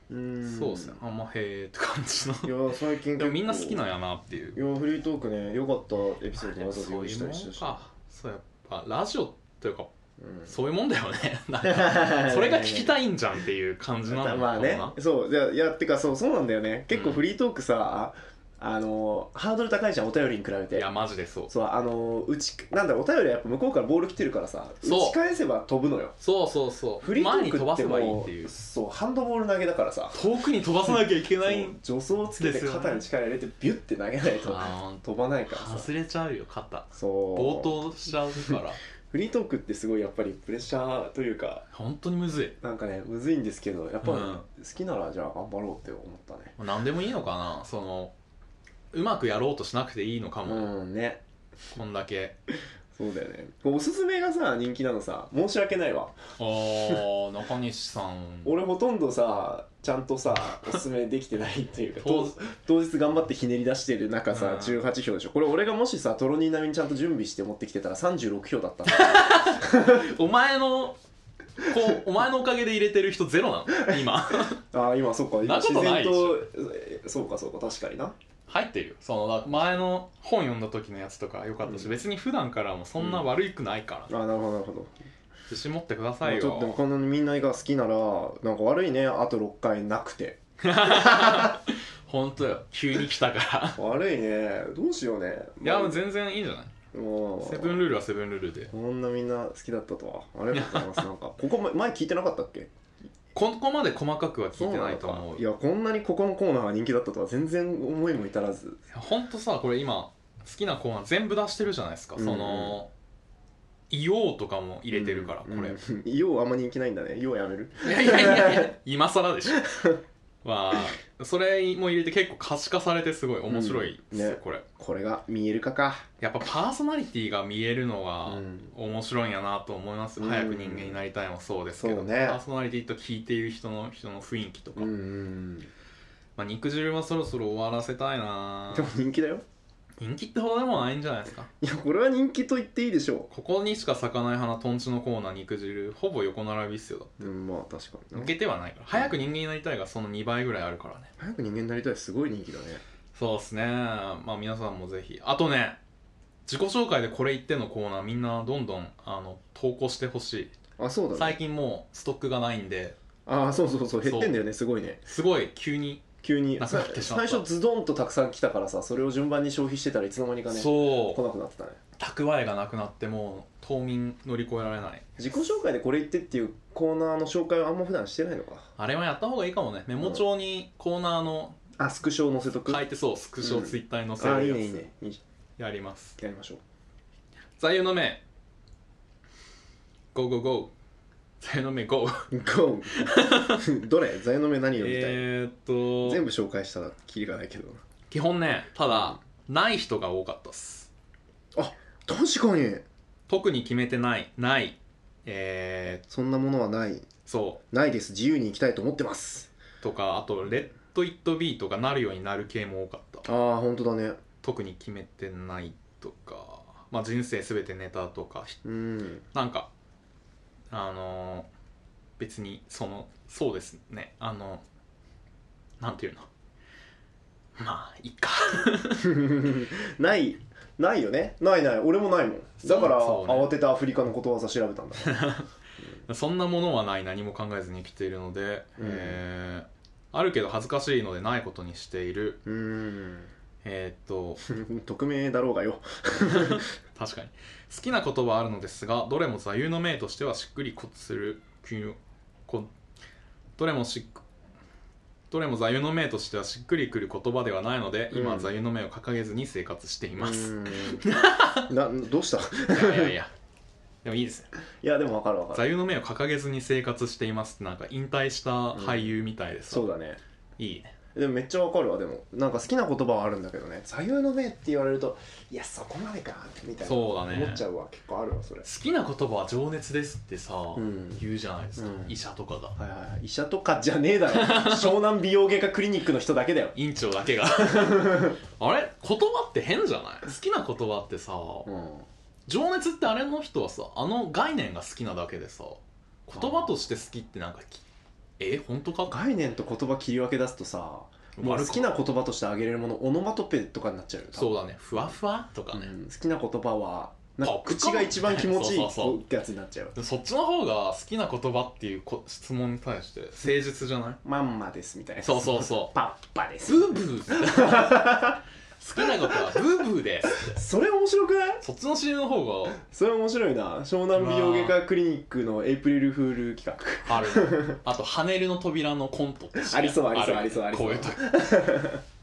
S2: うーん
S1: そうですねあんまへえって感じの
S2: いや最近
S1: でもみんな好き
S2: な
S1: なんやなっていう
S2: いやフリートークね良かったエピソードわざわ
S1: そ
S2: ざ
S1: う
S2: 用意
S1: い
S2: し
S1: う
S2: た
S1: も
S2: りした
S1: ん
S2: し
S1: かそうやっぱラジオというか
S2: うん
S1: そういうもんだよね なんかそれが聞きたいんじゃんっていう感じなのかな、
S2: まあねそうじゃあいやってかそうそうなんだよね結
S1: う
S2: 構
S1: ん
S2: フリートークさ、あのハードル高いじゃんお便りに比べ
S1: い
S2: て
S1: やマジでそう
S2: そうあのうちなんだお便りはやっぱ向こうからボール来てるからさ打
S1: そう
S2: ち返せば飛ぶのよ
S1: そうそうそう
S2: フリート
S1: 前
S2: ー
S1: に
S2: ク
S1: 飛ば
S2: って
S1: せ
S2: も
S1: ば
S2: う
S1: いいっていう
S2: そうハンドボール投げだからさ
S1: 遠くに飛ばさなきゃいけない
S2: そう助走をつけて
S1: ですよね
S2: 肩に力入れてビュッて投げないと
S1: あー
S2: 飛ばないからさ
S1: 外れちゃうよ肩
S2: そう
S1: 冒頭しちゃうから
S2: フリートークってすごいやっぱりプレッシャーというか
S1: 本当にむずい
S2: なんかねむずいんですけどやっぱ、
S1: うん
S2: 好きならじゃあ頑張ろうって思ったね
S1: 何でもいいのかなそのうまくやろうとしなくていいのかも、
S2: うんね
S1: こんだけ
S2: そうだよねおすすめがさ人気なのさ申し訳ないわ
S1: あー 中西さん
S2: 俺ほとんどさちゃんとさおすすめできてないっていうか
S1: 当
S2: 当当日頑張ってひねり出してる中
S1: うん
S2: さ18票でしょこれ俺がもしさトロニー並みにちゃんと準備して持ってきてたら36票だったんだ
S1: お前のこうお前のおかげで入れてる人ゼロなの今
S2: ああ今そっか今
S1: なこ
S2: 自
S1: とないで
S2: 然
S1: しょ
S2: とえそうかそうか確かにな
S1: 入ってるよそのだ前の本読んだ時のやつとかよかったし、
S2: うん
S1: 別に普段からもそんな悪くないから、
S2: あーなるほどなるほど
S1: 自信持ってくだ
S2: ま
S1: さ
S2: あ
S1: い
S2: ちょっと
S1: よ
S2: このみんなが好きならなんか悪いねあと6回なくて
S1: 本当よ急に来たから
S2: 悪いねどうし ようね
S1: いや
S2: まあ
S1: 全然いいんじゃない
S2: もう
S1: セブンルールはセブンルールで
S2: こんなみんな好きだったとはありがとうございますなんかここ前前聞いてなかったっけ
S1: ここまで細かくは聞いてないと思う
S2: いやこんなにここのコーナーが人気だったとは全然思いも至らず
S1: 本当さこれ今好きなコーナー全部出してるじゃないですか、その「イオとかも入れてるから、これ
S2: れ ようあんま人気ないんだねようやめる
S1: いやいやいやいや今更でし ょまあそれも入れて結構可視化されてすごい面白いですよ、
S2: うんね
S1: これ
S2: これが見えるかか
S1: やっぱパーソナリティが見えるのが
S2: うん
S1: 面白いんやなと思います、
S2: うん
S1: 早く人間になりたいもそうですけど、
S2: そうね
S1: パーソナリティと聞いている人の人の雰囲気とか、
S2: うんうん
S1: まあ、肉汁はそろそろ終わらせたいな
S2: でも人気だよ
S1: 人気ってほどでもないんじゃないですか
S2: いやこれは人気と言っていいでしょ
S1: ここにしか咲かない花とんちのコーナー肉汁ほぼ横並びっすよ
S2: ううんまあ確かに
S1: 抜
S2: な
S1: けてはないから早く人間になりたいがその2倍ぐらいあるからね
S2: 早く人間になりたいすごい人気だね
S1: そうですねまあ皆さんもぜひあとね自己紹介でこれ言ってのコーナーみんなどんどんあの投稿してほしい
S2: あそうだね
S1: 最近もうストックがないんで
S2: あそうそうそう減ってんだよねすごいね
S1: すごい急に
S2: 急に
S1: なくなってしまった
S2: 最初ズドンとたくさん来たからさそれを順番に消費してたらいつの間にかね来
S1: そ
S2: なくなってたね
S1: う蓄えがなくなってもう冬眠乗り越えられない
S2: 自己紹介でこれ言ってっていうコーナーの紹介はあんま普段してないのか
S1: あれはやった方がいいかもねメモ帳にコーナーの
S2: あスクショを載せとく
S1: 書いてそうスクショ
S2: うん
S1: ツイッターに載せ
S2: あいい
S1: る
S2: ねいい
S1: や
S2: ねいいじ
S1: つやります
S2: ゃんやりましょう
S1: 座右の銘 GOGOGO 座右の銘 GO
S2: ゴーどれ座右の銘何をみたい、
S1: えーっと
S2: 全部紹介したらキリがないけど
S1: 基本ねただない人が多かったっす
S2: 確かに
S1: 特に決めてないないえ
S2: そんなものはない
S1: ー、そ
S2: ないです自由に生きたいと思ってます
S1: うとかあと「レッド・イット・ビー」とかなるようになる系も多かった
S2: ああ本当だね
S1: 特に決めてないとか、まあ、人生すべてネタとかひ
S2: うん
S1: なんかあのー別にそのそうですねあのなんていうのまあいいか
S2: ないないよねないない俺もないもんだから
S1: そうね
S2: 慌ててアフリカのことわざ調べたんだ
S1: そんなものはない何も考えずに生きているので、
S2: うん
S1: えーあるけど恥ずかしいのでないことにしている
S2: うーん
S1: えーっと
S2: 匿名だろうがよ
S1: 確かに好きな言葉あるのですがどれも座右の銘としてはしっくりこするくこどれもしっくどれも座右の銘としてはしっくりくる言葉ではないので今、
S2: うん
S1: 座右の銘を掲げずに生活しています、
S2: うーん などうした
S1: いやいやいやでもいいですね
S2: いやでも分かる分か
S1: 座
S2: る
S1: 右の銘を掲げずに生活していますってなんか引退した俳優みたいです、
S2: そうだね
S1: いいね
S2: でもめっちゃわかるわでもなんか好きな言葉はあるんだけどね座右の銘って言われるといやそこまでかみたいな
S1: そうだね
S2: 思っちゃうわ結構あるわそれ
S1: 好きな言葉は情熱ですってさ、
S2: うん
S1: 言うじゃないですか、
S2: うん
S1: 医者とかが
S2: はいはいはい医者とかじゃね えだろ湘南美容外科クリニックの人だけだよ
S1: 院長だけが あれ言葉って変じゃない好きな言葉ってさ、
S2: うん
S1: 情熱ってあれの人はさあの概念が好きなだけでさ言葉として好きってなんかきえ本当か
S2: 概念と言葉切り分け出すとさもう
S1: 悪
S2: 好
S1: く
S2: きな言葉としてあげれるものオノマトペとかになっちゃうよ多分
S1: そうだねふわふわとか
S2: う
S1: ね、
S2: ん好きな言葉はなんか
S1: ポップコー
S2: 口
S1: ン
S2: が一番気持ち
S1: そう
S2: いい
S1: そうそう
S2: ってやつになっちゃう
S1: でもそっちの方が好きな言葉っていうこ質問に対して誠実じゃない
S2: まんまですみたいな
S1: そうそうそ
S2: パッパで
S1: う
S2: す
S1: ブーブー好きなことはブーブーです
S2: それ面白くない
S1: そっちの CM の方が
S2: それ面白いな湘南美容外科クリニックのエイプリルフール企画
S1: あるあと「ハネルの扉」のコントって知らん
S2: ありそうありそうありそうありそう
S1: こう いう時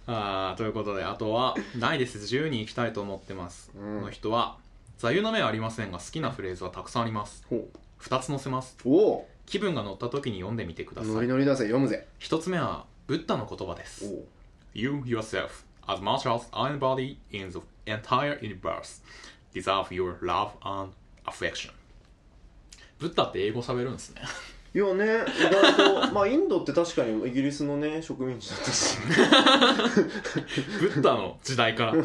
S1: あーということであとは「ないです自由に生きたいと思ってます」
S2: うん
S1: の人は座右の銘はありませんが好きなフレーズはたくさんあります
S2: ほ
S1: 2つ載せます
S2: うお
S1: 気分が乗った時に読んでみてく
S2: お
S1: だ
S2: ノ
S1: さ
S2: リ
S1: い
S2: ノリだぜ読むぜ
S1: 1つ目はブッダの言葉で
S2: お
S1: す
S2: う
S1: You yourself as much as anybody in the entire universe deserve your love and affection ブッダって英語喋るんですね
S2: いやね意外と まあインドって確かにイギリスのね植民地だったし
S1: ブッダの時代からえ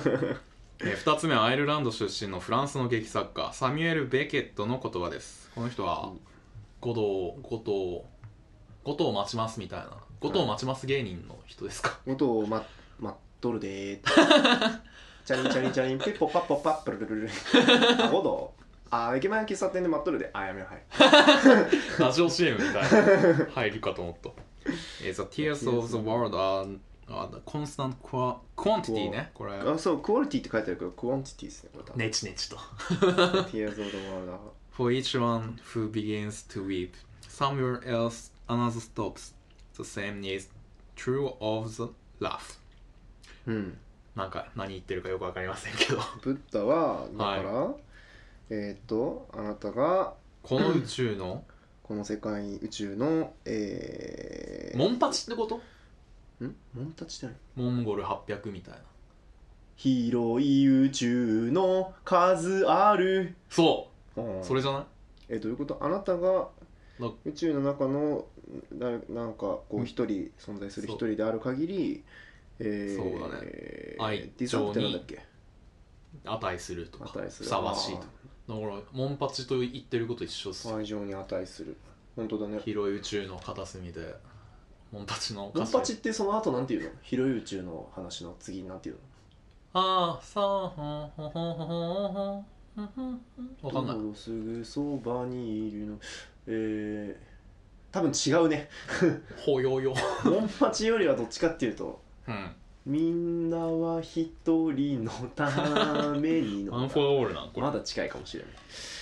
S1: 2つ目はアイルランド出身のフランスの劇作家サミュエル・ベケットの言葉ですこの人は五道五道五道待ちますみたいな五道待ちます芸人の人ですか、
S2: 音をま待っとるでーって チャリンチャリンチャリンピッポパッポパップルル ルルあほどあ駅前の喫茶店で待っとるであやめようはい
S1: ラジオ CM みたいな入るかと思ったえー The tears of the world are, are the constant qua- quantity ねこれ
S2: あそうクオリティって書いてあるけどクオンティティですねこれ 多分
S1: ネチネチと
S2: Tears of the World
S1: For each one who begins to weep, somewhere else another stops. The same is true of the laugh.
S2: うん
S1: なんか何言ってるかよくわかりませんけ ど。
S2: ブッダはだから、えっ、とあなたが
S1: この宇宙の
S2: この世界宇宙のえー、
S1: モンパチってこと
S2: んモンたちって何
S1: モンゴル800みたいな。
S2: 広い宇宙の数ある
S1: そ
S2: あー
S1: うそれじゃない
S2: えどういうことあなたが
S1: な
S2: 宇宙の中のななんかこ
S1: う
S2: うん一人存在する
S1: そう
S2: 一人である限りえー、
S1: そうだね愛
S2: ディザーってなんだっけ
S1: 値するとか、
S2: 値す
S1: ふ
S2: る
S1: さわしいとか。だから、モンパチと言ってること一緒っす。
S2: 愛情に値する本当だね
S1: 広い宇宙の片隅で、モンパチの
S2: モンパ
S1: チ
S2: チってその後なんていうの広い宇宙の話の次なんていうの
S1: ああ、さあ、ほんほんほんほんほんほんほんほんわかんない。
S2: どうすぐそばにいるのえー多分違うね
S1: ほよよ。
S2: モンパチよりはどっちかっていうと
S1: うん。
S2: みんなは一人のために
S1: ワ
S2: の
S1: ンフォーオールな、これ。
S2: まだ近いかもしれない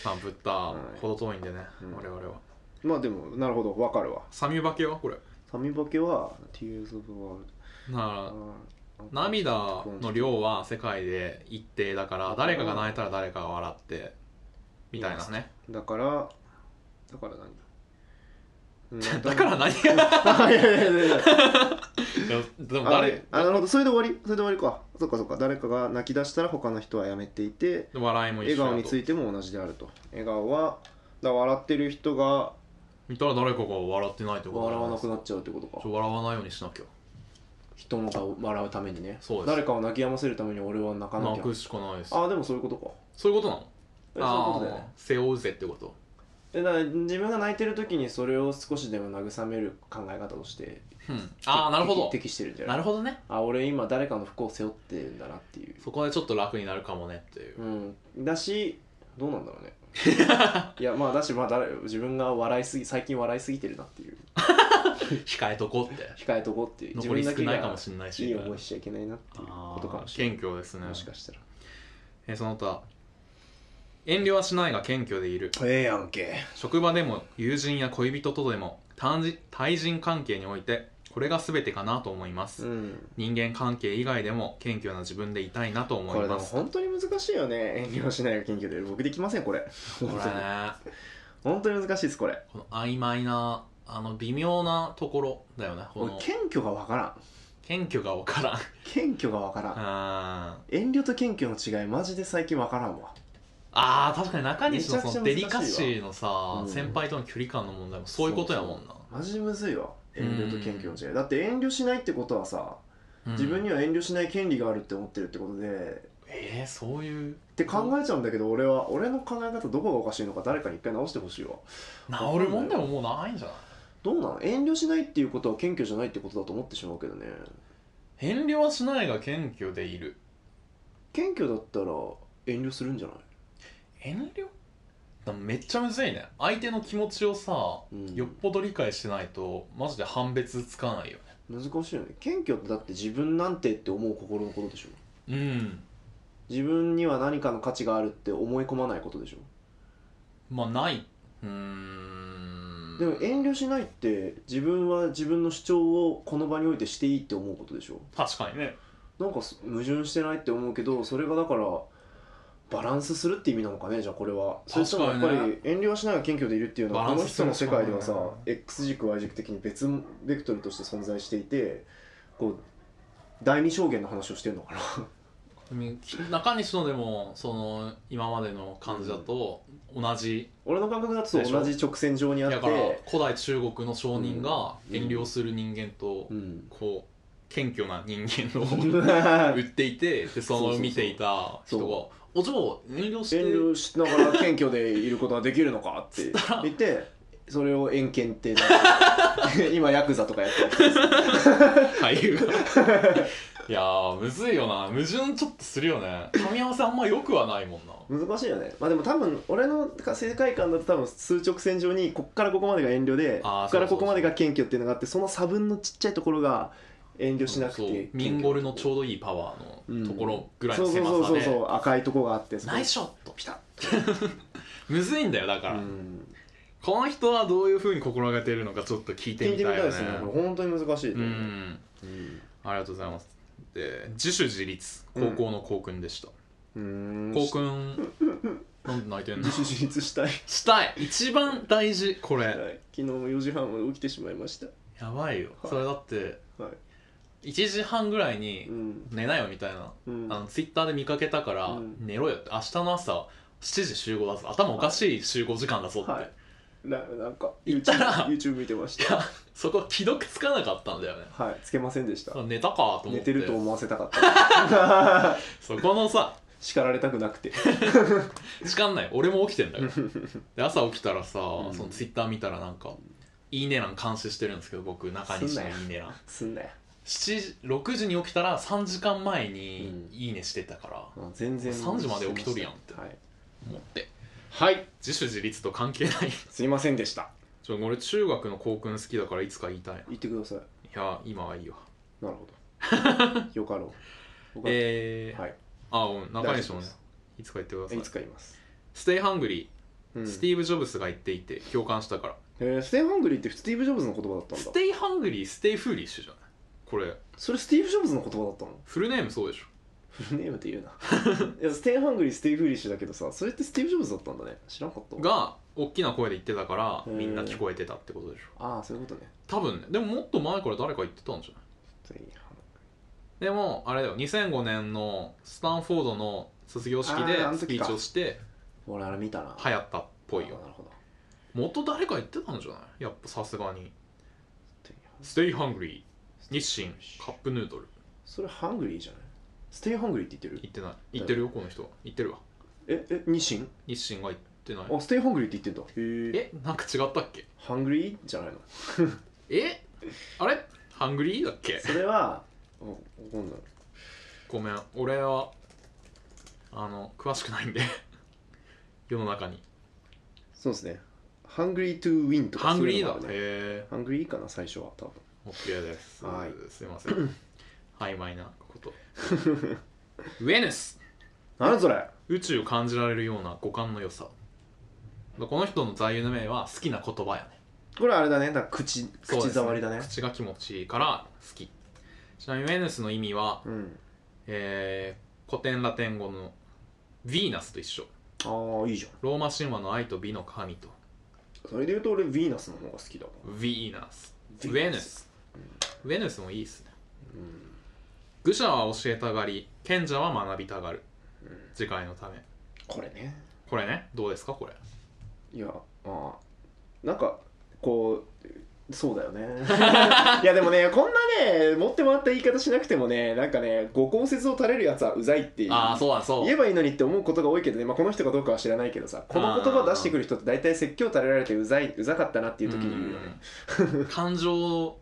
S1: まあ、ブッダ、ほど遠いんでね、
S2: うん
S1: 我々は。
S2: まあでもなるほどわかるわ
S1: サミュバケはこれ。
S2: サミバケは Tears of World
S1: だから、涙の量は世界で一定だから誰かが泣いたら誰かが笑ってみたいなね
S2: だからだから何
S1: だから
S2: 何
S1: 何が
S2: いやいやいやいや
S1: でも
S2: あ
S1: 誰
S2: れあなるほどそれで終わりそれで終わりかそっかそっか誰かが泣き出したら他の人はやめていて
S1: 笑いも一
S2: 笑
S1: 緒
S2: 顔
S1: だ
S2: に
S1: と
S2: ついても同じであると笑顔はだから笑ってる人が
S1: 見たら誰かが笑ってないってこと
S2: 笑わな
S1: だ
S2: くなっちゃうってことか
S1: そう笑わないようにしなきゃ
S2: 人の顔を笑うためにね
S1: そうです
S2: 誰かを泣き止ませるために俺は泣かなき
S1: 泣
S2: ゃ
S1: くしかないです
S2: ああでもそういうことか
S1: そういうことなの
S2: えそういうことだよね
S1: あー背負うぜってこと
S2: えだから自分が泣いてる時にそれを少しでも慰める考え方として
S1: うんああなるほど
S2: 適適してるんじゃな
S1: ないるほどね
S2: あ俺今誰かの不幸を背負ってるんだなっていう
S1: そこでちょっと楽になるかもねっていう
S2: うんだしどうなん だろうねいやまあだしまあ誰自分が笑いすぎ最近笑いすぎてるなっていう
S1: 控えとこうって
S2: 控えとこうっていう
S1: 残り少ないかも
S2: が
S1: しれないし
S2: いい思いしちゃいけないなっていうこと
S1: あ
S2: かも
S1: ー
S2: しれない
S1: 謙虚ですね
S2: もしかしたら
S1: えーその他遠慮はしないが謙虚でいる
S2: ええやんけ
S1: 職場でも友人や恋人とでも単じ対人関係においてこれが全てかなと思います、
S2: うん
S1: 人間関係以外でも謙虚な自分でいたいなと思
S2: これ
S1: い
S2: でも
S1: ます
S2: 本当に難しいよね遠慮はしないが謙虚で僕できませんこれ
S1: これ
S2: 本当に
S1: ね
S2: 本当に難しいですこれ
S1: この曖昧なあの微妙なところだよねこ
S2: 俺
S1: の
S2: 謙虚が分からん
S1: 謙虚が分からん う
S2: 謙虚が分からん、
S1: ーん
S2: 遠慮と謙虚の違いマジで最近分からんわ
S1: あー確かに中西の
S2: めちゃくち
S1: そ
S2: ゃ
S1: のデ
S2: 難しい
S1: リ
S2: わ
S1: カシーのさ、
S2: うん
S1: 先輩との距離感の問題もそういうことやもんな
S2: マジでむずいわ遠慮と謙虚の違いだって遠慮しないってことはさ
S1: うん
S2: 自分には遠慮しない権利があるって思ってるってことで
S1: えー、そういう
S2: って考えちゃうんだけど俺は俺の考え方どこがおかしいのか誰かに一回直してほしいわ
S1: 治る問題ももうないんじゃない
S2: どうなの遠慮しないっていうことは謙虚じゃないってことだと思ってしまうけどね
S1: 遠慮はしないが謙虚でいる
S2: 謙虚だったら遠慮するんじゃない
S1: 遠慮でもめっちゃむずいね相手の気持ちをさ、
S2: うん
S1: よっぽど理解してないとマジで判別つかないよ
S2: 難しいよね謙虚ってだって自分なんてって思う心のことでしょ
S1: ねうん
S2: 自分には何かの価値があるって思い込まないことでしょ
S1: まあないうーん
S2: でも遠慮しないって自分は自分の主張をこの場においてしていいって思うことでしょ
S1: 確かにね
S2: なんかす矛盾してないって思うけどそれがだからバランスするって意味なのかねじゃあこれはそれともやっぱ
S1: 確かに
S2: り遠慮はしないが謙虚でいるっていうのは
S1: バ
S2: こ
S1: ラ
S2: の
S1: ンスす
S2: 人
S1: る
S2: の世界では
S1: し
S2: さ
S1: かないね
S2: X 軸 Y 軸的に別ベクトルとして存在していてこう第二象限の話をしてるのかな
S1: うん中西のでもその今までの感じだと同じ、
S2: 俺の感覚だとそう
S1: でしょ
S2: 同じ直線上にあ
S1: だ
S2: っ
S1: から
S2: て
S1: 古代中国の商人が
S2: うん
S1: 遠慮する人間と、
S2: うん
S1: こう謙虚な人 間を売っていてでその見ていた人が「お嬢遠慮して
S2: 遠慮しながら謙虚でいることができるのかって言ってそれを遠見ってなんか 今ヤクザとかやってる人です
S1: 俳優 がいやーむずいよな矛盾ちょっとするよね噛み合わせあんま良くはないもんな
S2: 難しいよねまあでも多分俺の世界観だと多分数直線上にこっからここまでが遠慮で
S1: あー
S2: こっ
S1: そうそう
S2: から
S1: そう
S2: ここまでが謙虚っていうのがあってその差分のちっちゃいところが遠慮しなく
S1: そう
S2: て
S1: ミンゴルの
S2: ち
S1: ちょうどいいパワーのところぐらい
S2: そ
S1: の
S2: うそう
S1: 狭
S2: そう
S1: さ
S2: そうそ
S1: で
S2: う赤いとこがあってそこ
S1: ナイスショット
S2: ピタッ
S1: むずいんだよだから、
S2: うん
S1: この人はどういうふうに心がけてるのかちょっと聞いて
S2: 聞い
S1: み
S2: てみ
S1: たい
S2: たい
S1: よ
S2: で
S1: ね
S2: すねこれ本当に難しいね
S1: うんありがとうございますで自主自立高校の校訓でした、
S2: うん
S1: 校訓なんで泣いてんの
S2: 自主自立したい
S1: したい一番大事これ
S2: 昨日も4時半まで起きてしまいました
S1: やばいよ
S2: はい
S1: それだって
S2: は
S1: 1時半ぐらい
S2: い
S1: に
S2: うん
S1: 寝なよみたいな、
S2: うん
S1: あのツイッターで見かけたから、
S2: うん
S1: 寝ろよって明日の朝7時集合だぞ頭おかしい集合時間だぞって、
S2: はいななんか
S1: 行ったら
S2: YouTube YouTube 見てまし
S1: い
S2: た
S1: やそこ既読つかなかったんだよね
S2: はいつけませんでした
S1: 寝たかと思って
S2: 寝てると思わせたかった
S1: そこのさ
S2: 叱られたくなくて
S1: 時間ない俺も起きてん だからで朝起きたらさ、
S2: ん
S1: そのツイッター見たらなんか「いいね欄」監視してるんですけど僕中西の「いいね欄
S2: すんなよ」
S1: 7 6時に起きたら3時間前に「
S2: う
S1: いいね」してたから、
S2: 全然
S1: 3時まで起きとるやんって
S2: はい、
S1: 思って
S2: はい、
S1: 自主自立と関係ない
S2: すいませんでした
S1: ちょ俺中学の校訓好きだからいつか言いたいない
S2: 言ってください
S1: や今はいいわ
S2: なるほ どよかろうよかろう
S1: えー、
S2: はい
S1: あうん中西も
S2: 大丈夫で
S1: ね
S2: す
S1: いつか言ってくださ
S2: い
S1: い
S2: つか言います、
S1: ステイハングリ
S2: う
S1: ー、
S2: ん
S1: スティーブ・ジョブスが言っていて共感したから
S2: えーステイハングリーってスティーブ・ジョブズの言葉だったん
S1: ス
S2: だ
S1: テイハングリーステイフーリッシュじゃないこれ
S2: それスティーブ・ジョブズの言葉だったの
S1: フルネームそうでしょ
S2: フルネームっ て言うないやステイハングリーステイフーリッシュだけどさそれってスティーブ・ジョブズだったんだね知らんかった
S1: が大きな声で言ってたから
S2: うん
S1: みんな聞こえてたってことでしょ
S2: ああそういうことね
S1: 多分ねでももっと前から誰か言ってたんじゃない
S2: ステイハン
S1: でもあれだよ2005年のスタンフォードの卒業式で
S2: あーあの
S1: スピー
S2: 時か
S1: チをして
S2: 俺あれ見たな
S1: 流行ったっぽい
S2: あ
S1: よ
S2: ーなるほど
S1: 元誰か言ってたんじゃないやっぱさすがに
S2: ステイハ
S1: 「
S2: ン
S1: Stay Hungry」日清カップヌードル
S2: それハングリーじゃないステイハングリーって言ってる
S1: 言ってない言ってるよこの人は言ってるわ
S2: ええ日清
S1: 日清が言ってない
S2: あステイハングリーって言ってんだへえ
S1: えなんか違ったっけ
S2: ハングリーじゃないの
S1: えあれハングリーだっけ
S2: それはおわかんない
S1: ごめん俺はあの詳しくないんで 世の中に
S2: そうですねハングリートゥウィンとか
S1: ハングリーだ
S2: そういうのもあるね
S1: へえ
S2: ハングリーかな最初は多分
S1: OK です
S2: はい
S1: すいませ ん曖昧な ことウェネス
S2: 何それ
S1: 宇宙を感じられるような五感の良さこの人の座右の銘は好きな言葉やね
S2: これあれだねだから口
S1: そうです
S2: 口触りだね
S1: 口が気持ちいいから好きちなみにウェネスの意味は、
S2: うん
S1: えー古典ラテン語のヴィーナスと一緒
S2: ああいいじゃん
S1: ローマ神話の愛と美の神と
S2: それで言うと俺ヴィーナスの方が好きだわ
S1: ヴィーナス
S2: ヴ
S1: ウ
S2: ィ
S1: ェ
S2: ー
S1: ネ
S2: ナ
S1: ス
S2: ス
S1: ウェネスもいいっすね
S2: うん
S1: 愚者は教えたがり賢者は学びたがる
S2: うん
S1: 次回のため
S2: これね
S1: これねどうですかこれ
S2: いやまあなんかこうそうだよね いやでもねこんなね持ってもらった言い方しなくてもねなんかねご根節を垂れるやつはうざいっていう
S1: ああそうだそう
S2: 言えばいいのにって思うことが多いけどね、まあ、この人かどうかは知らないけどさこの言葉出してくる人って大体説教垂れられてうざいうざかったなっていう時に言うよね
S1: うん感情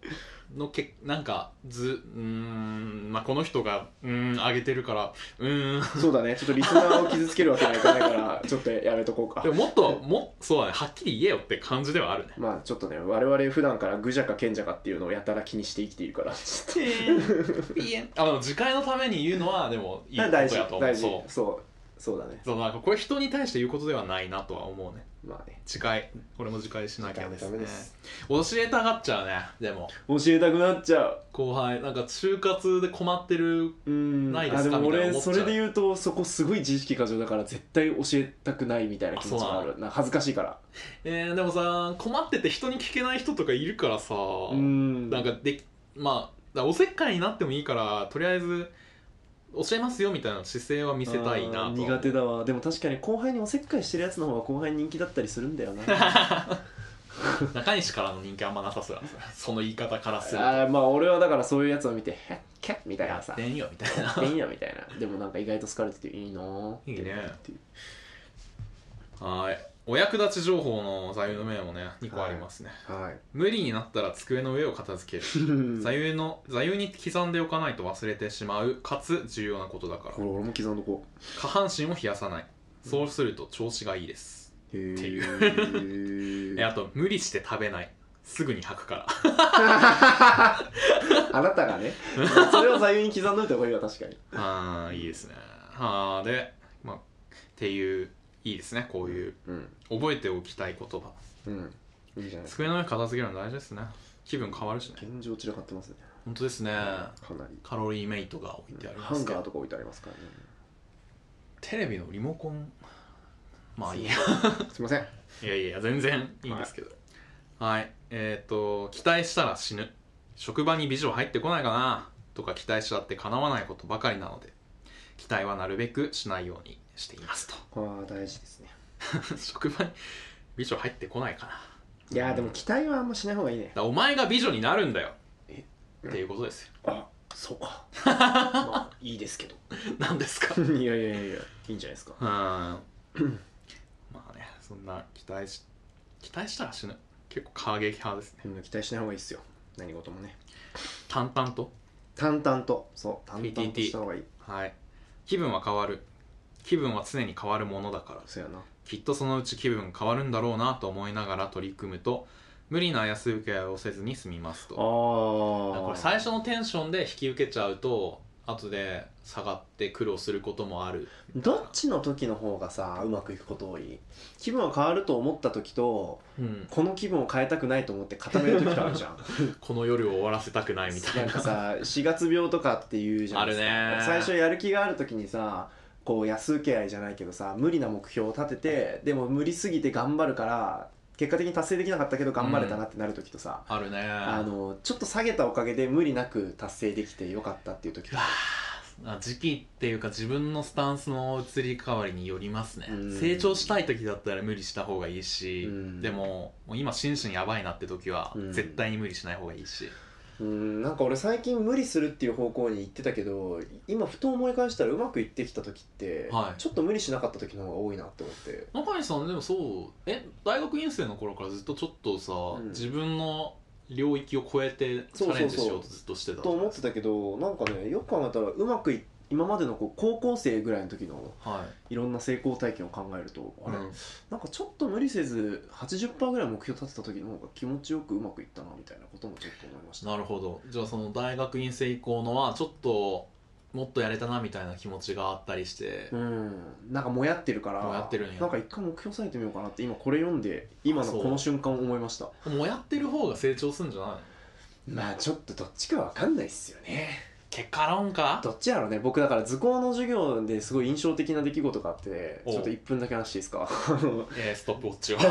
S1: のけなんかずうーんまあこの人がうーん上げてるからうーん
S2: そうだねちょっとリスナーを傷つけるわけにはいかないからちょっとやめとこうか
S1: でももっともそうだねはっきり言えよって感じではあるね
S2: まあちょっとね我々普段から愚者か賢者かっていうのをやたら気にして生きているから
S1: あの次回のために言うのはでもいいこと
S2: 大事
S1: やと思う
S2: 大事そ
S1: そうう
S2: そうだね
S1: そうなんかこれ人に対して言うことではないなとは思うね
S2: まあね
S1: 次回これも次回しなきゃです
S2: ダメ
S1: ね
S2: です
S1: 教えたがっちゃうねでも
S2: 教えたくなっちゃう
S1: 後輩なんか就活で困ってる
S2: うん
S1: ないですか
S2: あでも
S1: みたい
S2: 俺
S1: な思っちゃ
S2: そうれで言うとそこすごい自意識過剰だから絶対教えたくないみたいな気持ちがあ
S1: あそうな
S2: るな恥ずかしいから
S1: えー、でもさ困ってて人に聞けない人とかいるからさ
S2: うん
S1: なんかできまあだからおせっかいになってもいいからとりあえず教えますよみたいな姿勢は見せたいな
S2: あー
S1: と
S2: 苦手だわでも確かに後輩におせっかいしてるやつの方が後輩に人気だったりするんだよ な
S1: 中西からの人気あんまなさそうだなその言い方からすると
S2: あーまあ俺はだからそういうやつを見て「へっけっ」みたい
S1: や
S2: な
S1: っ
S2: さ
S1: て
S2: 「
S1: んよみたいな
S2: えんや」みたいなでもなんか意外と好かれてていいなーって
S1: いいね
S2: っていう
S1: はーいお役立ち情報の座右の銘もね2個ありますね、
S2: はい
S1: 無理になったら机の上を片付ける座右の座右に刻んでおかないと忘れてしまうかつ重要なことだから
S2: これ俺も刻んどこ
S1: 下半身を冷やさないそうすると調子がいいです、
S2: うへ
S1: って
S2: い
S1: えあと無理して食べないすぐに吐くから
S2: あなた がねそれを座右に刻んどいた方がいいわ確かに
S1: ああいいですねああでまあっていういいですねこういう
S2: うん
S1: 覚えておきたい言葉
S2: うんいいじゃないですか
S1: 机の上片付けるの大事ですね気分変わるしね
S2: 現状散らかってますね
S1: 本当ですね
S2: かなり
S1: カロリーメイトが置いてあり
S2: ハ
S1: ます
S2: ン
S1: け
S2: ガー
S1: ど
S2: とか置いてありますからね
S1: テレビのリモコンまあいいや
S2: すいません
S1: いやいや全然いいんですけどはい、えっ、と期待したら死ぬ職場に美女入ってこないかなとか期待しちゃって叶わないことばかりなので期待はなるべくしないようにしていますと
S2: ああ大事ですね
S1: 職場に美女入ってこないかない
S2: やーでも期待はあんましない方がいいね
S1: だお前が美女になるんだよ
S2: え
S1: っていうことですよ
S2: あそうか まあいいですけど
S1: 何ですかう
S2: いやいやいやいいんじゃないですか
S1: ーんまあねそんな期待し期待したら死ぬ結構過激派ですね
S2: うん期待しない方がいいですよ何事もね
S1: 淡々と
S2: 淡々とそう淡々とした方がいい
S1: はい気分は変わる気分は常に変わるものだから
S2: そうやな
S1: きっとそのうち気分変わるんだろうなと思いながら取り組むと無理な安請け合いをせずに済みますと
S2: ああ
S1: これ最初のテンションで引き受けちゃうと後で下がって苦労することもある
S2: どっちの時の方がさうまくいくこと多い気分は変わると思った時と
S1: うん、
S2: この気分を変えたくないと思って固める時とあるじゃん
S1: この夜を終わらせたくないみたい
S2: なん
S1: な
S2: かさ4月病とかっていうじゃないですか
S1: あるね
S2: 最初やる気がある時にさこう安請け合いじゃないけどさ無理な目標を立ててでも無理すぎて頑張るから結果的に達成できなかったけど頑張れたなってなる時とさ、
S1: あるね
S2: あのちょっと下げたおかげで無理なく達成できてよかったっていう時と
S1: うわーあ時期っていうか自分のスタンスの移り変わりによりますね、
S2: うん
S1: 成長したい時だったら無理した方がいいし、
S2: うん
S1: でももう今心身やばいなって時は
S2: うん
S1: 絶対に無理しない方がいいし、
S2: うーんなんか俺最近無理するっていう方向に行ってたけど今ふと思い返したらうまくいってきた時って、
S1: はい
S2: ちょっと無理しなかった時の方が多いなって思って
S1: 中西さんでもそうえ大学院生の頃からずっとちょっとさ、
S2: うん
S1: 自分の領域を超えてチャレンジしようとずっとしてた
S2: と思ってたけどなんかねよく考えたらうまくい今までのこう高校生ぐらいの時の
S1: はい
S2: ろんな成功体験を考えるとあ
S1: い、
S2: れ、
S1: うん
S2: なんかちょっと無理せず80%ぐらい目標立てた時の方が気持ちよくうまくいったなみたいなこともちょっと思いました
S1: なるほどじゃあその大学院生以降のはちょっともっとやれたなみたいな気持ちがあったりして、
S2: うん、なんかもやってるから
S1: もやってるんや
S2: なんか一回目標さえてみようかなって今これ読んで今のこの瞬間思いました
S1: もうやってる方が成長するんじゃないの
S2: ま あちょっとどっちかわかんないっすよね
S1: 結果論か
S2: どっちやろうね僕だから図工の授業ですごい印象的な出来事があって
S1: おう
S2: ちょっと1分だけ話していいですか
S1: えー、ストップウォッチを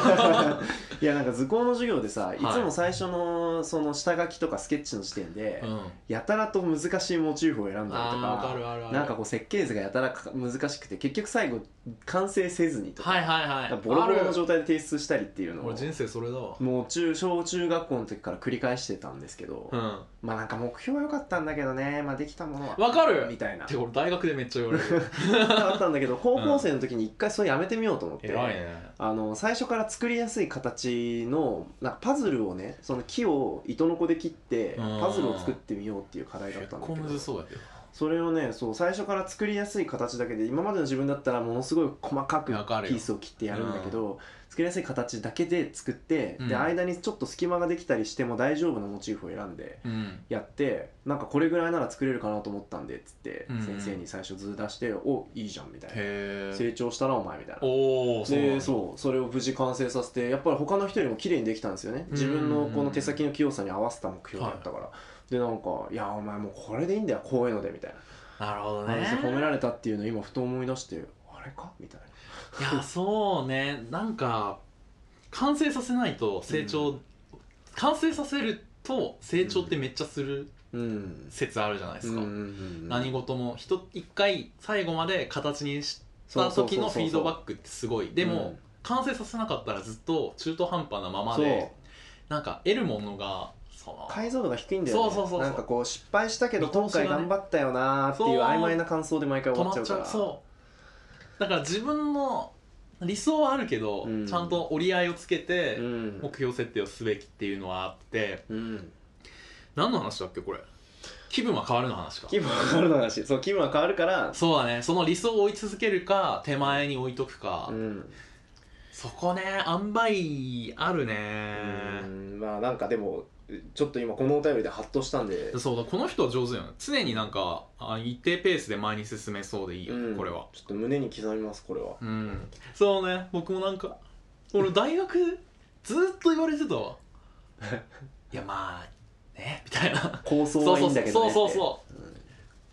S2: いやなんか図工の授業でさ
S1: い
S2: いつも最初のその下書きとかスケッチの時点で、
S1: うん
S2: やたらと難しいモチーフを選んだりと
S1: あーわか
S2: か
S1: るあるある
S2: なんかこう設計図がやたらか難しくて結局最後完成せずにとか,、
S1: はいはいはい
S2: ボロボロの
S1: ある
S2: 状態で提出したりっていうのを
S1: 俺人生それだわ
S2: もう中小中学校の時から繰り返してたんですけど、
S1: うん
S2: まあなんか目標は良かったんだけどね、まあ、できたものは
S1: わかる
S2: みたいな
S1: てか俺大学でめっちゃ言わ れる
S2: あったんだけど高校生の時に一回それやめてみようと思って、
S1: 偉いね
S2: あの最初から作りやすい形のなんかパズルをねその木を糸のこで切って
S1: うん
S2: パズルを作ってみようっていう課題だっ
S1: 結
S2: たんだ
S1: 構
S2: け
S1: む
S2: ど
S1: ずそうだけど
S2: それをねそう最初から作りやすい形だけで今までの自分だったらものすごい細かく
S1: わかるよ
S2: ピースを切ってやるんだけど、作りやすい形だけで作って、
S1: うん
S2: で間にちょっと隙間ができたりしても大丈夫なモチーフを選んで
S1: うん
S2: やってなんかこれぐらいなら作れるかなと思ったんでっつって、
S1: うん
S2: 先生に最初図出して「おいいじゃん」みたいな。
S1: へえ
S2: 成長したなお前みたいな
S1: おおそうなん
S2: で
S1: だ
S2: そうそれを無事完成させてやっぱり他の人よりも綺麗にできたんですよね自分のこの手先の器用さに合わせた目標だったから、でなんか「いやお前もうこれでいいんだよこういうので」みたい
S1: なるほど
S2: な感じで褒め
S1: ね
S2: られたっていうのを今ふと思い出して「あれか?」みたいない
S1: やそうねなんか完成させないと成長、
S2: う
S1: 完成させると成長ってめっちゃする
S2: うん
S1: 説あるじゃないですか、何
S2: 何
S1: 事も人一回最後まで形にした時のフィードバックってすごいでも、完成させなかったらずっと中途半端なまま
S2: そう
S1: でなんか得るものがその
S2: 解像度が低いんだよ
S1: そ
S2: ね
S1: うそうそうそう
S2: なんかこう失敗したけど
S1: 見通しが
S2: 今
S1: ね
S2: 回頑張ったよなーっていう
S1: そう
S2: 曖昧な感想で毎回
S1: 止
S2: 終
S1: ま
S2: わっちゃ
S1: っ
S2: う
S1: ち
S2: か
S1: ゃう
S2: ら
S1: そうだから自分の理想はあるけど、
S2: うん
S1: ちゃんと折り合いをつけて
S2: うん
S1: 目標設定をすべきっていうのはあって
S2: うん
S1: 何の話だっけこれ気分は変わるの話か
S2: 気分は変わるの話そう気分は変わるから
S1: そうだねその理想を追い続けるか手前に置いとくか、
S2: うん
S1: そこね塩梅あるね
S2: うんまあなんかでもちょっと今このお便りでハッとしたんで、
S1: そうだこの人は上手よね常になんかあ一定ペースで前に進めそうでいいよね、
S2: うん
S1: これは
S2: ちょっと胸に刻みますこれは
S1: うんそうね僕もなんか俺大学ずーっと言われてた わいやまあねみたいな
S2: 構想はいいんだけどね
S1: そうそうそう
S2: そう、う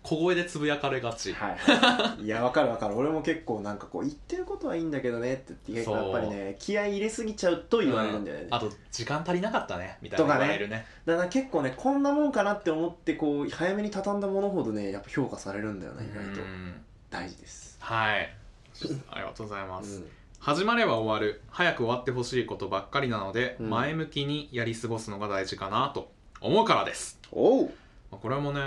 S1: 小声でつぶやかれが
S2: ん
S1: ち
S2: はいはい、いやわかるわかる俺も結構なんかこう言ってることはいいんだけどねって言って結構やっぱりね気合い入れすぎちゃうと言われるんだよね、
S1: うん
S2: だ
S1: あと時間足りなかったねみたいな言われるね
S2: から結構ねこんなもんかなって思ってこう早めに畳んだものほどねやっぱ評価されるんだよね意外と
S1: うん
S2: 大事です、
S1: はいありがとうございます、
S2: うん
S1: 始まれば終わる早く終わってほしいことばっかりなので、
S2: うん
S1: 前向きにやり過ごすのが大事かなと思うからです
S2: おう
S1: まあこれもね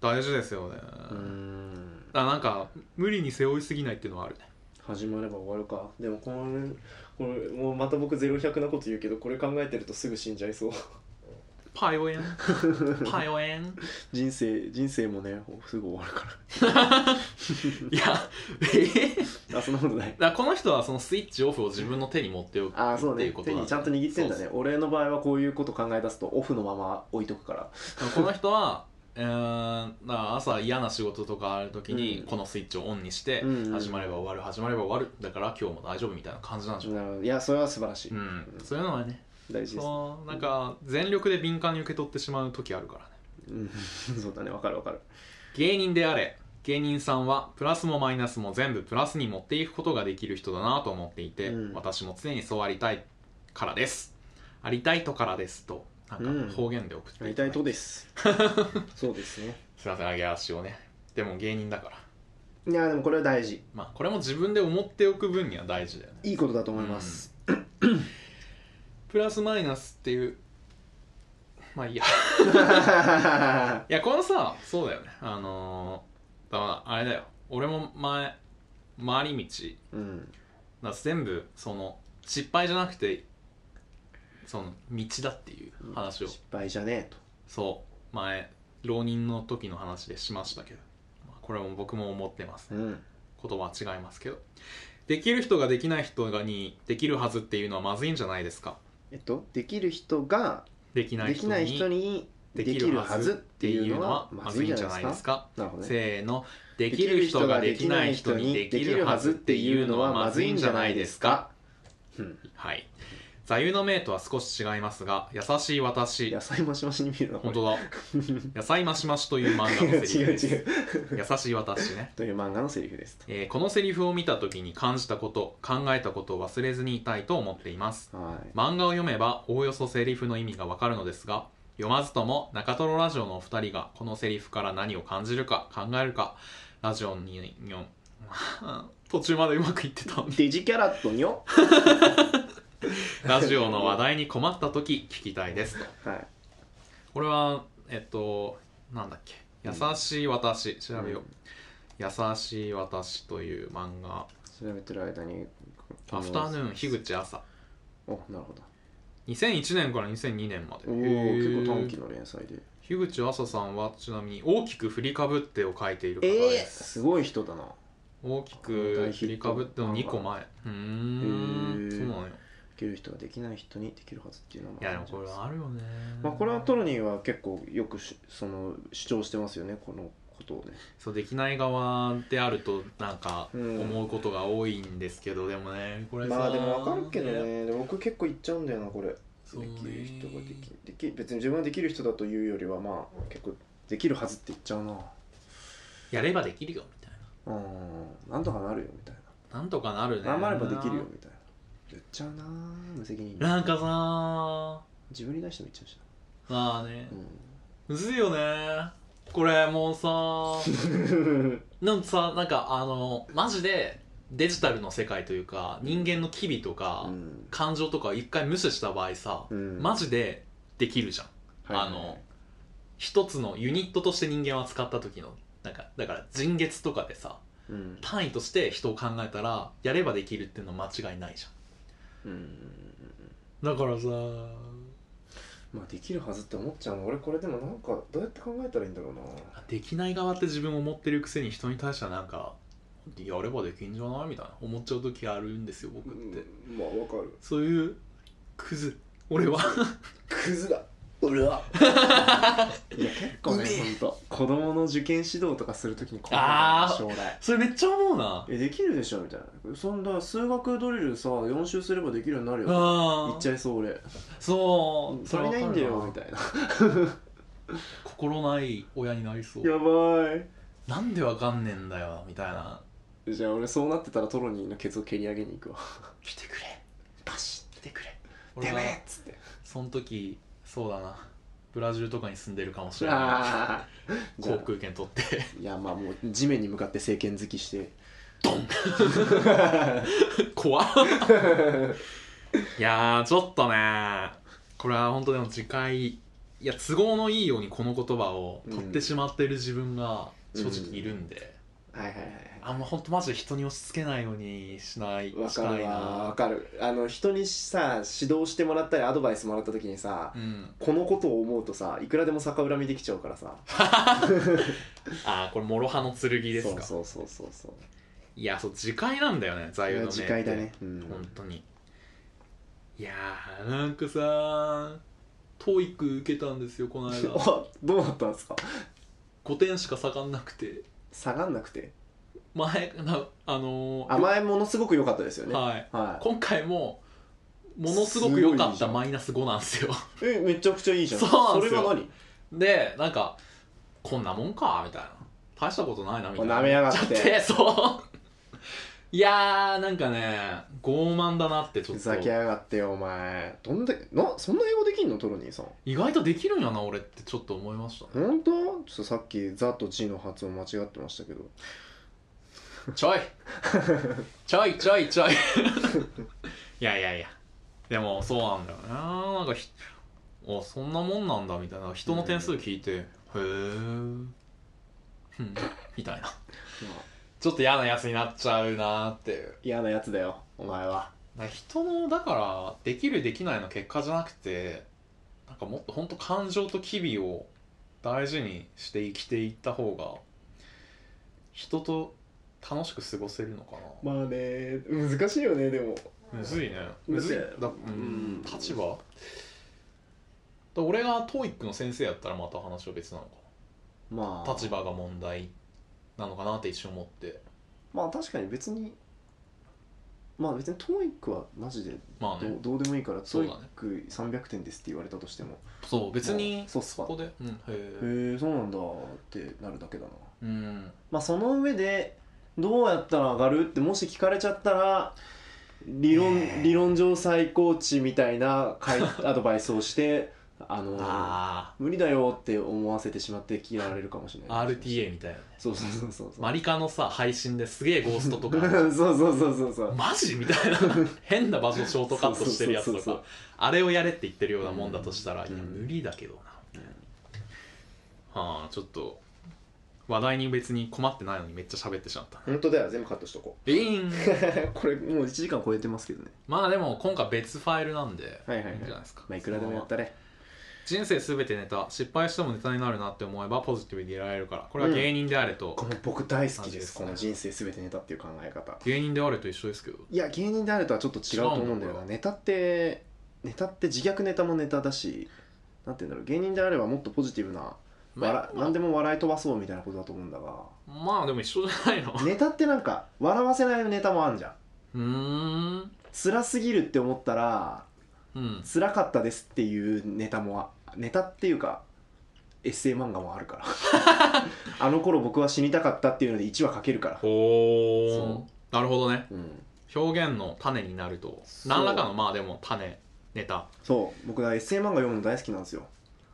S1: 大事ですよね、
S2: うん
S1: だからなんか無理に背負いすぎないっていうのはあるね
S2: 始まれば終わるかでもこのこれもうまた僕ゼロ百なこと言うけどこれ考えてるとすぐ死んじゃいそう
S1: パイ オエンパイオエン
S2: 人生人生もねすぐ終わるか
S1: いやえ
S2: ら あそんなことない
S1: だからこの人はそのスイッチオフを自分の手に持っておく
S2: ああそう
S1: ってい
S2: ね
S1: うこと
S2: 手
S1: だ
S2: にちゃんと握ってんだね
S1: そう
S2: 俺の場合はこういうこと考え出すとオフのまま置いとくから
S1: でもこの人はうーんだから朝嫌な仕事とかある時に
S2: うん
S1: このスイッチをオンにして
S2: うんうん
S1: 始まれば終わる始まれば終わるだから今日も大丈夫みたいな感じなんでしょう
S2: なるほどいやそれは素晴らしい、
S1: うんそういうのはね
S2: 大事です
S1: そうなんか全力で敏感に受け取ってしまう時あるからね
S2: うん、 そうだねわかるわかる
S1: 芸人であれ芸人さんはプラスもマイナスも全部プラスに持っていくことができる人だなと思っていて、
S2: うん
S1: 私も常にそうありたいからですありたいとからですとなんか方言で送って
S2: やり
S1: いた
S2: た
S1: だ
S2: い
S1: いて
S2: とです そうですね
S1: すいません揚げ足をねでも芸人だから
S2: いやでもこれは大事
S1: まあこれも自分で思っておく分には大事だよね
S2: いいことだと思います、
S1: プラスマイナスっていうまあいいやいやこのさそうだよねあのーだからあれだよ俺も前回り道
S2: うん
S1: だから全部その失敗じゃなくてその道だっていう話を
S2: 失敗じゃねえ
S1: そう前浪人の時の話でしましたけどまあこれも僕も思ってます
S2: と、
S1: ね
S2: うん、
S1: 言葉は違いますけどできる人ができない人がにできるはずっていうのはまずいんじゃないですか
S2: えっとできる人が
S1: できない
S2: でき
S1: 人
S2: ない人
S1: に
S2: に
S1: で
S2: で
S1: き
S2: き
S1: る
S2: る
S1: は
S2: は
S1: ず
S2: ず
S1: っ
S2: ってて
S1: い
S2: いうう
S1: の
S2: の
S1: は
S2: は
S1: ま
S2: ま
S1: ず
S2: ず
S1: い
S2: い
S1: んじ
S2: んじ
S1: ゃ
S2: ゃ
S1: な
S2: な
S1: で
S2: いいですす
S1: か
S2: なるほどね
S1: せーのできる人ができない人にできるはずっていうのはまずいんじゃないですか
S2: うん
S1: はい座右の銘とは少し違いますが優しい私
S2: 野菜マシマシに見えるなこ
S1: 本
S2: れ
S1: 当だ野菜マシマシという漫画
S2: 違
S1: の
S2: う
S1: セリ フです
S2: 違う
S1: 優しい私ね、
S2: という漫画のセリフです
S1: えーこのセリフを見た時に感じたこと考えたことを忘れずにいたいと思っています
S2: はい
S1: 漫画を読めばおおよそセリフの意味がわかるのですが読まずとも中トロラジオのお二人がこのセリフから何を感じるか考えるかラジオににょ 途中までうまくいってた
S2: デジキャラットにょ
S1: ラジオの話題に困った時聞きたいですと
S2: はい
S1: これはえっとなんだっけ「優しい私」調べよう
S2: うん
S1: 「優しい私」という漫画
S2: 調べてる間に
S1: アフターヌーン樋口朝
S2: おなるほど
S1: 2001年から2002年まで
S2: おお
S1: へー
S2: 結構短期の連載で
S1: 樋口朝さんはちなみに「大きく振りかぶって」を書いている方
S2: えー、
S1: です、
S2: すごい人だな
S1: 大きく振りかぶっての2個前うーん
S2: へー
S1: そうなのよ
S2: できる人ができない人にできるはずっていうのはい
S1: やでもこれはあるよね
S2: まあ、これはトロニーは結構よくしその主張してますよねこのことをね
S1: そうできない側であるとなんか
S2: うん
S1: 思うことが多いんですけど、でもねこれさ
S2: まあでもわかるけどねでも僕結構言っちゃうんだよなこれでき
S1: そうね
S2: る人ができでき別に自分はできる人だというよりはまあ結構できるはずって言っちゃうな
S1: やればできるよみたい
S2: うんなんとかなるよみたい
S1: ななんとかなるね
S2: な頑張ればできるよみたいな言っちゃうな無責任に
S1: なんかさ
S2: 自分に対しても言っちゃうし
S1: まあね
S2: な、
S1: むずいよねこれもうさ
S2: うん、
S1: なんかさなんかあのマジでデジタルの世界というか人間の機微とか、
S2: うん
S1: 感情とかを一回無視した場合さ、
S2: うん
S1: マジでできるじゃん
S2: はいはい
S1: あの一つのユニットとして人間は使った時のなんかだから人月とかでさ
S2: うん
S1: 単位として人を考えたらやればできるっていうのは間違いないじ
S2: うん
S1: ゃんだからさ
S2: まあできるはずって思っちゃうの俺これでもなんかどうやって考えたらいいんだろうな
S1: できない側って自分思ってるくせに人に対してはなんかやればできんじゃないみたいな思っちゃう時あるんですよ僕って、
S2: うんまあわかる
S1: そういうクズ俺 は
S2: クズだ俺は いや結構
S1: う
S2: ね
S1: めえ
S2: ほんと子供の受験指導とかするときにこう
S1: あー
S2: 将来
S1: それめっちゃ思うな
S2: えできるでしょみたいなそんな数学ドリルさ4周すればできるようになるよ
S1: あ
S2: 言っちゃいそう俺
S1: あそ
S2: うん
S1: う
S2: 足りないんだ
S1: それわ
S2: よ
S1: かる
S2: みたいな
S1: 心ない親になりそう
S2: やばい
S1: なんでわかんねえんだよみたいな
S2: じゃあ俺そうなってたらトロニーのケツを蹴り上げに行くわ
S1: 来てくれ
S2: パシ
S1: 来てくれ
S2: ッ
S1: 俺
S2: てめ
S1: は
S2: えっつって
S1: その時そうだなブラジルとかに住んでるかもしれな
S2: あー
S1: い
S2: じゃ
S1: 航
S2: あ
S1: 空券取って
S2: いやまあもう地面に向かって政権好きして
S1: 怖っいやーちょっとねこれは本当でも次回いや都合のいいようにこの言葉を取ってしまってる自分が正直いるんで、
S2: はいはいはい
S1: あんまほんとマジで人に押し付けないようにしない
S2: わ
S1: し
S2: か
S1: た
S2: る
S1: い
S2: わわ
S1: な
S2: かるあの人にさ指導してもらったりアドバイスもらった時にさ
S1: うん
S2: このことを思うとさいくらでも逆恨みできちゃうからさ
S1: あーこれ諸刃の剣ですか
S2: そうそうそうそうそう
S1: いやそう自戒なんだよね座右の銘って
S2: 自戒だね、うん、
S1: 本当にいやーなんかさトーイック受けたんですよこの 間
S2: あどうだったんですか
S1: 5点しか下がんなくて
S2: 下がんなくて
S1: 前なあのー
S2: 甘えものすごく良かったですよねは
S1: はい
S2: い
S1: 今回もものすごく良かったマイナス5なんですよ
S2: えめちゃくちゃいいじゃん
S1: そうなんですよ
S2: それは何
S1: でなんかこんなもんかみたいな大したことないなみたいな
S2: 舐めやがって
S1: ちょとねそういやーなんかね傲慢だなってちょ
S2: ふ
S1: っと
S2: ざけやがってよお前どんだけなそんな英語できんのトロニーさん
S1: 意外とできるんやな俺ってちょっと思いました ね
S2: 本当ちょっとさっき「ザ」と「ジ」の発音間違ってましたけど
S1: ちょいちょいちょいちょい いやいやいやでもそうなんだよななんかひあそんなもんなんだみたいな人の点数聞いて、へえうんみたいなちょっと嫌なやつになっちゃうなっていう
S2: 嫌なやつだよお前は
S1: だから人のだからできるできないの結果じゃなくてなんかもっと本当感情と機微を大事にして生きていった方が人と楽しく過ごせるのかな、
S2: まあね難しいよねでも
S1: むずいねむずい
S2: だって
S1: だう
S2: うん
S1: ん立場だ俺が TOEIC の先生やったらまた話は別なのか
S2: ま
S1: な立場が問題なのかなって一瞬思って
S2: まあ確かに別にまあ別にトーイックはマジで
S1: まあ
S2: ど,、
S1: ね
S2: うどうでもいいから
S1: そ
S2: ト
S1: う
S2: ーイ
S1: だ
S2: ッ
S1: ね
S2: ク300点ですって言われたとしても
S1: そう別
S2: ま
S1: に
S2: あそうっす
S1: そ
S2: わ
S1: こ
S2: へ
S1: でうんへえ
S2: えそうなんだってなるだけだな
S1: うん
S2: まあその上でどうやったら上がるってもし聞かれちゃったら理論
S1: ねえ
S2: 理論上最高値みたいなかい アドバイスをしてあの
S1: あ
S2: 無理だよって思わせてしまって嫌われるかもしれ
S1: あ
S2: ない
S1: RTA みたいなね
S2: そうそうそうそうそう
S1: マリカのさ配信ですげえゴーストとか
S2: そうそうそうそうそう
S1: マジみたいな変な場所ショートカットしてるやつ
S2: そう
S1: と
S2: そうそう
S1: かあれをやれって言ってるようなもんだとしたら、
S2: うん
S1: いや無理だけどな、みたいな
S2: うん
S1: はあちょっと話題に別に困ってないのにめっちゃ喋ってしまった
S2: 本当だよ全部カットしとこ
S1: ビーン
S2: う これもう1時間超えてますけどね
S1: まあでも今回別ファイルなんで
S2: はいは
S1: い
S2: いはい
S1: んじゃない
S2: ま
S1: ですか、
S2: あいくらでもやったれ
S1: 人生すべてネタ失敗してもネタになるなって思えばポジティブにいられるからこれは芸人であれと、
S2: この僕大好き
S1: マジ
S2: で
S1: ですす
S2: こ
S1: ね
S2: の人生すべてネタっていう考え方
S1: 芸人であれと一緒ですけど
S2: いや芸人であるとはちょっと違うと思うんだよ
S1: 違うんだこ
S2: な
S1: れ
S2: ネタってネタって自虐ネタもネタだしなんて言うんだろう芸人であればもっとポジティブな
S1: ま
S2: 笑
S1: あ、
S2: 何でも笑い飛ばそうみたいなことだと思うんだ が
S1: まあでも一緒じゃないのう
S2: ネタってなんか笑わせないネタもあるじゃん
S1: ーん
S2: 辛すぎるって思ったら
S1: うん
S2: 辛かったですっていうネタもあネタっていうかエッセイ漫画もある からあの頃僕は死にたかったっていうので1話書けるから
S1: ほ
S2: そ
S1: ーなるほどね
S2: うん
S1: 表現の種になると
S2: そう
S1: 何らかのまあでも種ネタ
S2: そう僕はエッセイ漫画読むの大好きなんですよ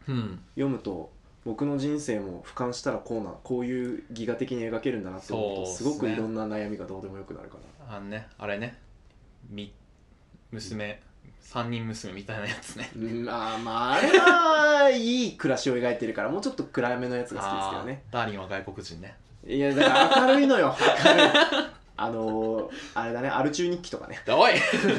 S1: うん
S2: 読むと僕の人生も俯瞰したらこうなこういうギガ的に描けるんだなって思
S1: そうっ
S2: うとす
S1: すね
S2: ごくいろんな悩みがどうでもよくなるか
S1: あのねあれねみ娘三人娘みたいなやつね
S2: ら、うん、あーまああれはいい暮らしを描いてるからもうちょっと暗めのやつが好きですけどね
S1: あーダーリンは外国人ね
S2: いやだから明るいのよ明るい あのー、あれだねアル中日記とかね
S1: おい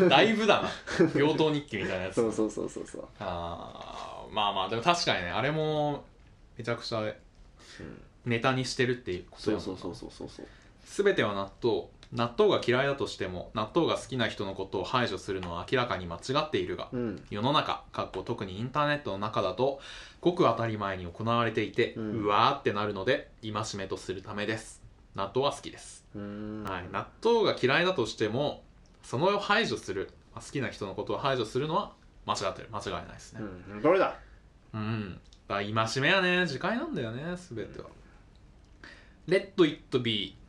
S1: だいぶだな病棟日記みたいなやつ
S2: そうそうそうそうそう、
S1: あーまあまあでも確かにねあれもめちゃくちゃネタにしてるっていうこと
S2: そ
S1: や
S2: う
S1: もん
S2: そ
S1: な
S2: うそうそうそうそう
S1: 全ては納豆納豆が嫌いだとしても納豆が好きな人のことを排除するのは明らかに間違っているが
S2: うん
S1: 世の中かっこ特にインターネットの中だとごく当たり前に行われていて、
S2: う
S1: うんわーってなるので戒めとするためです納豆は好きです、
S2: うーん
S1: はい、納豆が嫌いだとしてもその排除するまあ好きな人のことを排除するのは間違ってる間違いないですね
S2: うんどれだ
S1: うん、だから戒めやね自戒なんだよね全ては「レッド・イット・ビー」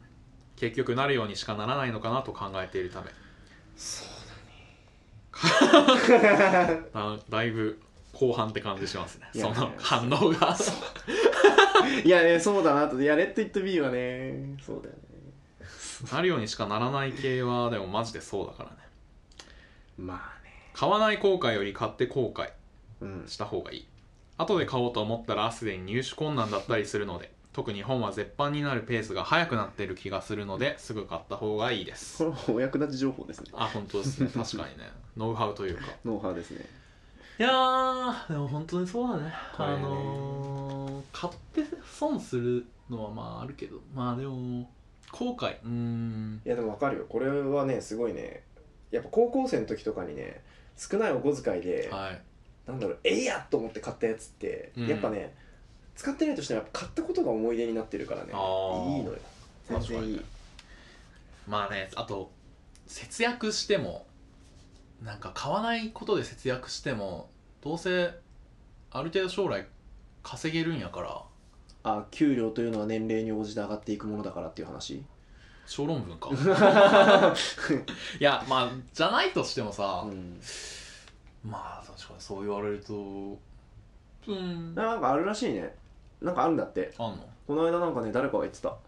S1: 結局なるようにしかならないのかなと考えているため
S2: そうだね
S1: だだいぶ後半って感じしますね
S2: いや
S1: その反応が
S2: いやねそうだなといやレッド・イット・ビーはねそうだよね
S1: なるようにしかならない系はでもマジでそうだからね
S2: まあね
S1: 買わない後悔より買って後悔
S2: うん
S1: した方がいい後で買おうと思ったらすでに入手困難だったりするので特に本は絶版になるペースが速くなってる気がするのですぐ買った方がいいで
S3: こ
S1: す
S3: れ もお役立ち情報ですね
S1: あ本当 ですね確かにねノウハウというか
S3: ノウハウですね
S1: いやーでも本当にそうだね
S3: これね
S1: あのー、買って損するのはまああるけどまあでも後悔うーん
S2: いやでもわかるよこれはねすごいねやっぱ高校生の時とかにね少ないお小遣いで、
S1: はい
S2: なんだろうえいやと思って買ったやつって、
S1: うん
S2: やっぱね使ってないとしてもやっぱ買ったことが思い出になってるからねいい
S1: あー
S2: のよ全然いい、
S1: 確かにまあねあと節約してもなんか買わないことで節約してもどうせある程度将来稼げるんやから
S2: あ給料というのは年齢に応じて上がっていくものだからってい う話
S1: 小論 文かいやまあじゃないとしてもさ、
S2: うん
S1: まあ確かにそう言われるとうんあ
S2: なんかあるらしいねなんかあるんだって
S1: んの
S2: この間なんかね誰かが 言ってた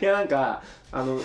S2: いやなんかあの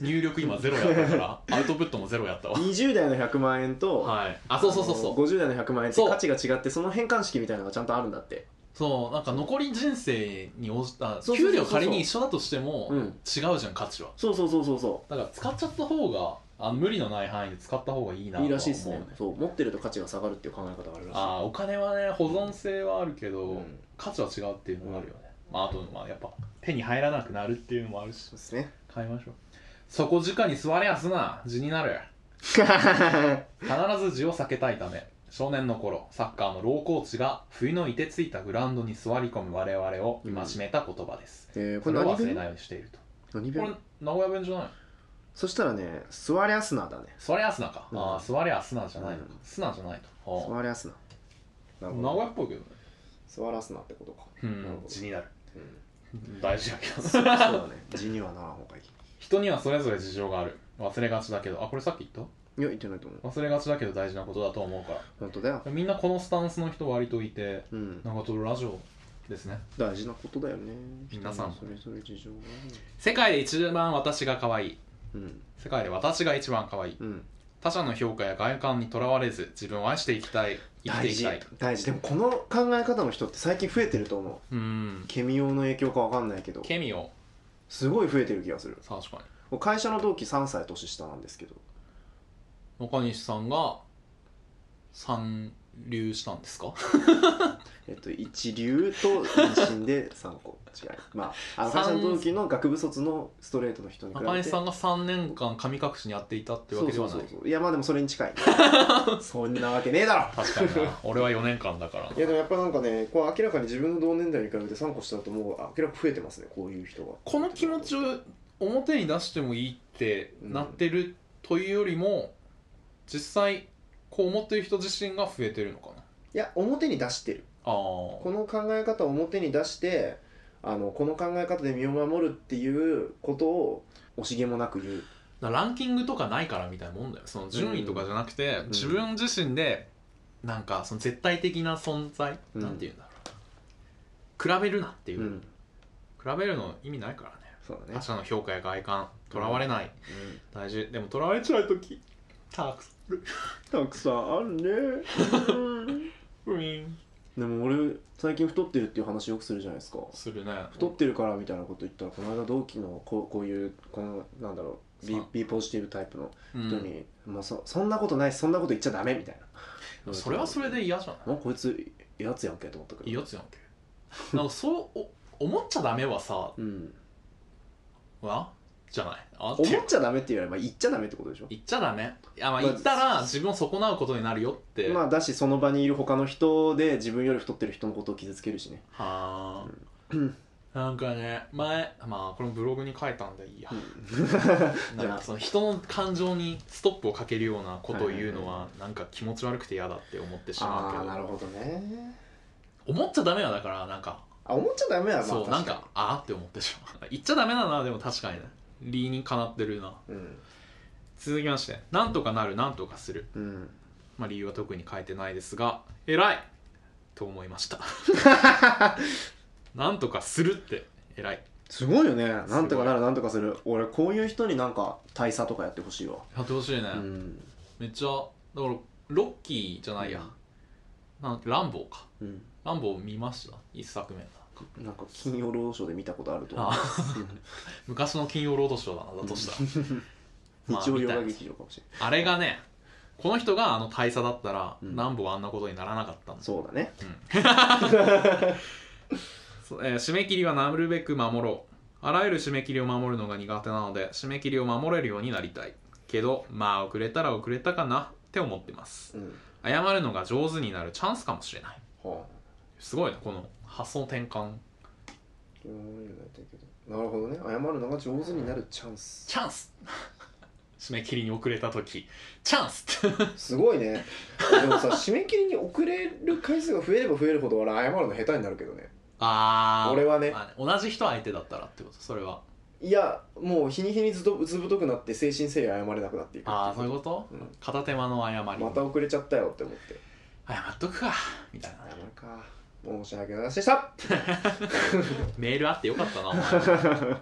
S1: 入力今ゼロやったから アウトプットもゼロやったわ
S2: 20代の100万円と、
S1: はいあそうそうそうそう
S2: あの50代の100万円って
S1: そう
S2: 価値が違ってその変換式みたいなのがちゃんとあるんだって
S1: そうなんか残り人生に応じた
S2: そうそうそうそ
S1: 給
S2: う
S1: 料仮に一緒だとしても
S2: うん
S1: 違うじゃん価値は
S2: そうそうそうそうそ
S1: だから使っちゃった方があの無理のない範囲で使った方がいいな
S2: ういい
S1: と
S2: ら
S1: は
S2: しいです
S1: 思
S2: ね
S1: うね
S2: そう持ってると価値が下がるっていう考え方があるらしい
S1: あーお金はね保存性はあるけど、
S2: うん
S1: 価値は違うっていうのがあるよね、まあ、あとまあやっぱ手に入らなくなるっていうのもあるし
S2: そうです ね
S1: 買いましょう底直に座れやすな地になる必ず地を避けたいため少年の頃サッカーの老コーチが冬の凍てついたグラウンドに座り込む我々を戒めた言葉です、
S2: えー、こ
S1: こ
S2: れ
S1: れを
S2: 何
S1: 忘れ
S2: 弁
S1: ないようにしていると
S2: 何
S1: これ
S2: 弁
S1: 名古屋弁じゃない
S2: そしたらねスワリアスナだね
S1: 座れやすなか、
S2: うん
S1: ああ座れやすなじゃないのか、
S2: うん
S1: すなじゃないと
S2: ス
S1: あ
S2: ワリアスナな
S1: あ
S2: る
S1: 名
S2: ほど
S1: 古屋っぽいけどね
S2: スワラスナってことか
S1: うん
S2: なるほど
S1: 地になる
S2: う ん
S1: 大事やけど
S2: そうだね地にはならんほうがいい
S1: 人にはそれぞれ事情がある忘れがちだけどあこれさっき言っ
S2: いや言ってないと思う
S1: た忘れがちだけど大事なことだと思うか
S2: 本当だよ
S1: らみんなこのスタンスの人割といて
S2: うん
S1: なんかちょっとラジオですね
S2: 大事なことだよね
S1: 皆さんも
S2: 人にはそれぞれ事情が
S1: 世界で一番私が可愛い
S2: あるうん
S1: 世界で私が一番可愛い
S2: うん
S1: 他者の評価や外観にとらわれず自分を愛していきたい生きて
S2: 大
S1: いき
S2: 事
S1: たい
S2: 大事でもこの考え方の人って最近増えてると思う
S1: うん
S2: ケミ用の影響かわかんないけど
S1: ケミを
S2: すごい増えてる気がする
S1: 確かに
S2: 僕会社の同期3歳年下なんですけど
S1: 中西さんが参流したんですか
S2: えっと一流と妊娠で3個違いまああの
S1: 三
S2: 会社の同期の学部卒のストレートの人に比べて
S1: 中西さんが3年間神隠しにやっていたっていうわけではない
S2: そうそうそうそういやまあでもそれ に近いそんなわけねえだろ
S1: 確かにな俺は4年間だからない
S2: やでもやっぱなんかねこう明らかに自分の同年代に比べて3個下だともう明らか増えてますねこういう人が
S1: この気持ちを表に出してもいいってなってるというよりも、実際こう思ってる人自身が増えてるのかない
S2: や表に出してる
S1: あー
S2: この考え方を表に出してあのこの考え方で身を守るっていうことを惜しげもなく言う
S1: だからランキングとかないからみたいなもんだよその順位とかじゃなくて、
S2: ん
S1: 自分自身でなんかその絶対的な存在、
S2: うん
S1: なんて言うんだろう比べるなっていう、
S2: うん
S1: 比べるの意味ないからね
S2: そうだね
S1: 他、者の評価や外観とらわれない、大事でもとらわれちゃう時たくさん
S2: たくさんあるね
S1: ウィン
S2: でも俺最近太ってるっていう話よくするじゃないですか
S1: するね
S2: 太ってるからみたいなこと言ったらこの間同期のこうこういうこのなんだろう B,
S1: さ
S2: B ポジティブタイプの
S1: うん
S2: 人に、もうそそんなことないしそんなこと言っちゃダメみたいな
S1: それはそれで嫌じゃない
S2: なんかこいつええやつやんけと思ったけど
S1: いいやつやんけなんかそうお思っちゃダメはさ
S2: うん、
S1: わじゃないあって
S2: 思っちゃダメって言われば言っちゃダメってことでしょ
S1: 言っちゃダメいやまあ
S2: まあ
S1: 言ったら自分を損なうことになるよって、
S2: まあだしその場にいる他の人で自分より太ってる人のことを傷つけるしね、
S1: は
S2: うん
S1: あなんかね前まあこのブログに書いたんでいいや、
S2: じゃ
S1: な
S2: あ
S1: んかその人の感情にストップをかけるようなことを言うの
S2: はいはい
S1: はなんか気持ち悪くて嫌だって思ってしまうけ
S2: ああ
S1: ど
S2: なるほどね
S1: 思っちゃダメはだからなんか
S2: あ思っちゃダメはまあ
S1: そう
S2: 確
S1: なんかあーって思ってしまう 言っちゃダメだなでも確かにね理にかなってるな
S2: うん、
S1: 続きましてなんとかなるなんとかする
S2: うん、
S1: まあ理由は特に書いてないですが偉いと思いま したなんとかするって偉い
S2: すごいよねなんとかならなんとかする俺こういう人になんか大佐とかやってほしいわ
S1: やってほしいね、
S2: うん
S1: めっちゃだからロッキーじゃないや、なんだっけランボーか
S2: うん
S1: ランボー見ました一作目
S2: なんか金曜ロードショーで見たことあると思う
S1: あ 昔の金曜ロードショーだなだとしたら、 まあ
S2: 日曜洋画劇場かもしれない
S1: あれがねこの人があの大佐だったら、
S2: うん
S1: 何歩あんなことにならなかったんです
S2: そうだね
S1: そえー締め切りはなるべく守ろうあらゆる締め切りを守るのが苦手なので締め切りを守れるようになりたいけどまあ遅れたら遅れたかなって思ってます
S2: うん
S1: 謝るのが上手になるチャンスかもしれない
S2: はあ
S1: すごいねこの発想の転換
S2: 金曜ロードショーだったけどなるほどね謝るのが上手になるチャンス
S1: チャンス締め切りに遅れた時チャンス
S2: すごいねでも さ締め切りに遅れる回数が増えれば増えるほど俺謝るの下手になるけどね
S1: あー
S2: 俺はね
S1: まあ同じ人相手だったらってことそれはい
S2: やもう日に日にずっとずぶとくなって精神誠意謝れなくなっていく
S1: ああそういうこと、
S2: うん
S1: 片手間の謝り
S2: また遅れちゃったよって思って
S1: 謝っとくかみたいな
S2: 謝るか申し訳ございませんでした
S1: メールあってよかったなお前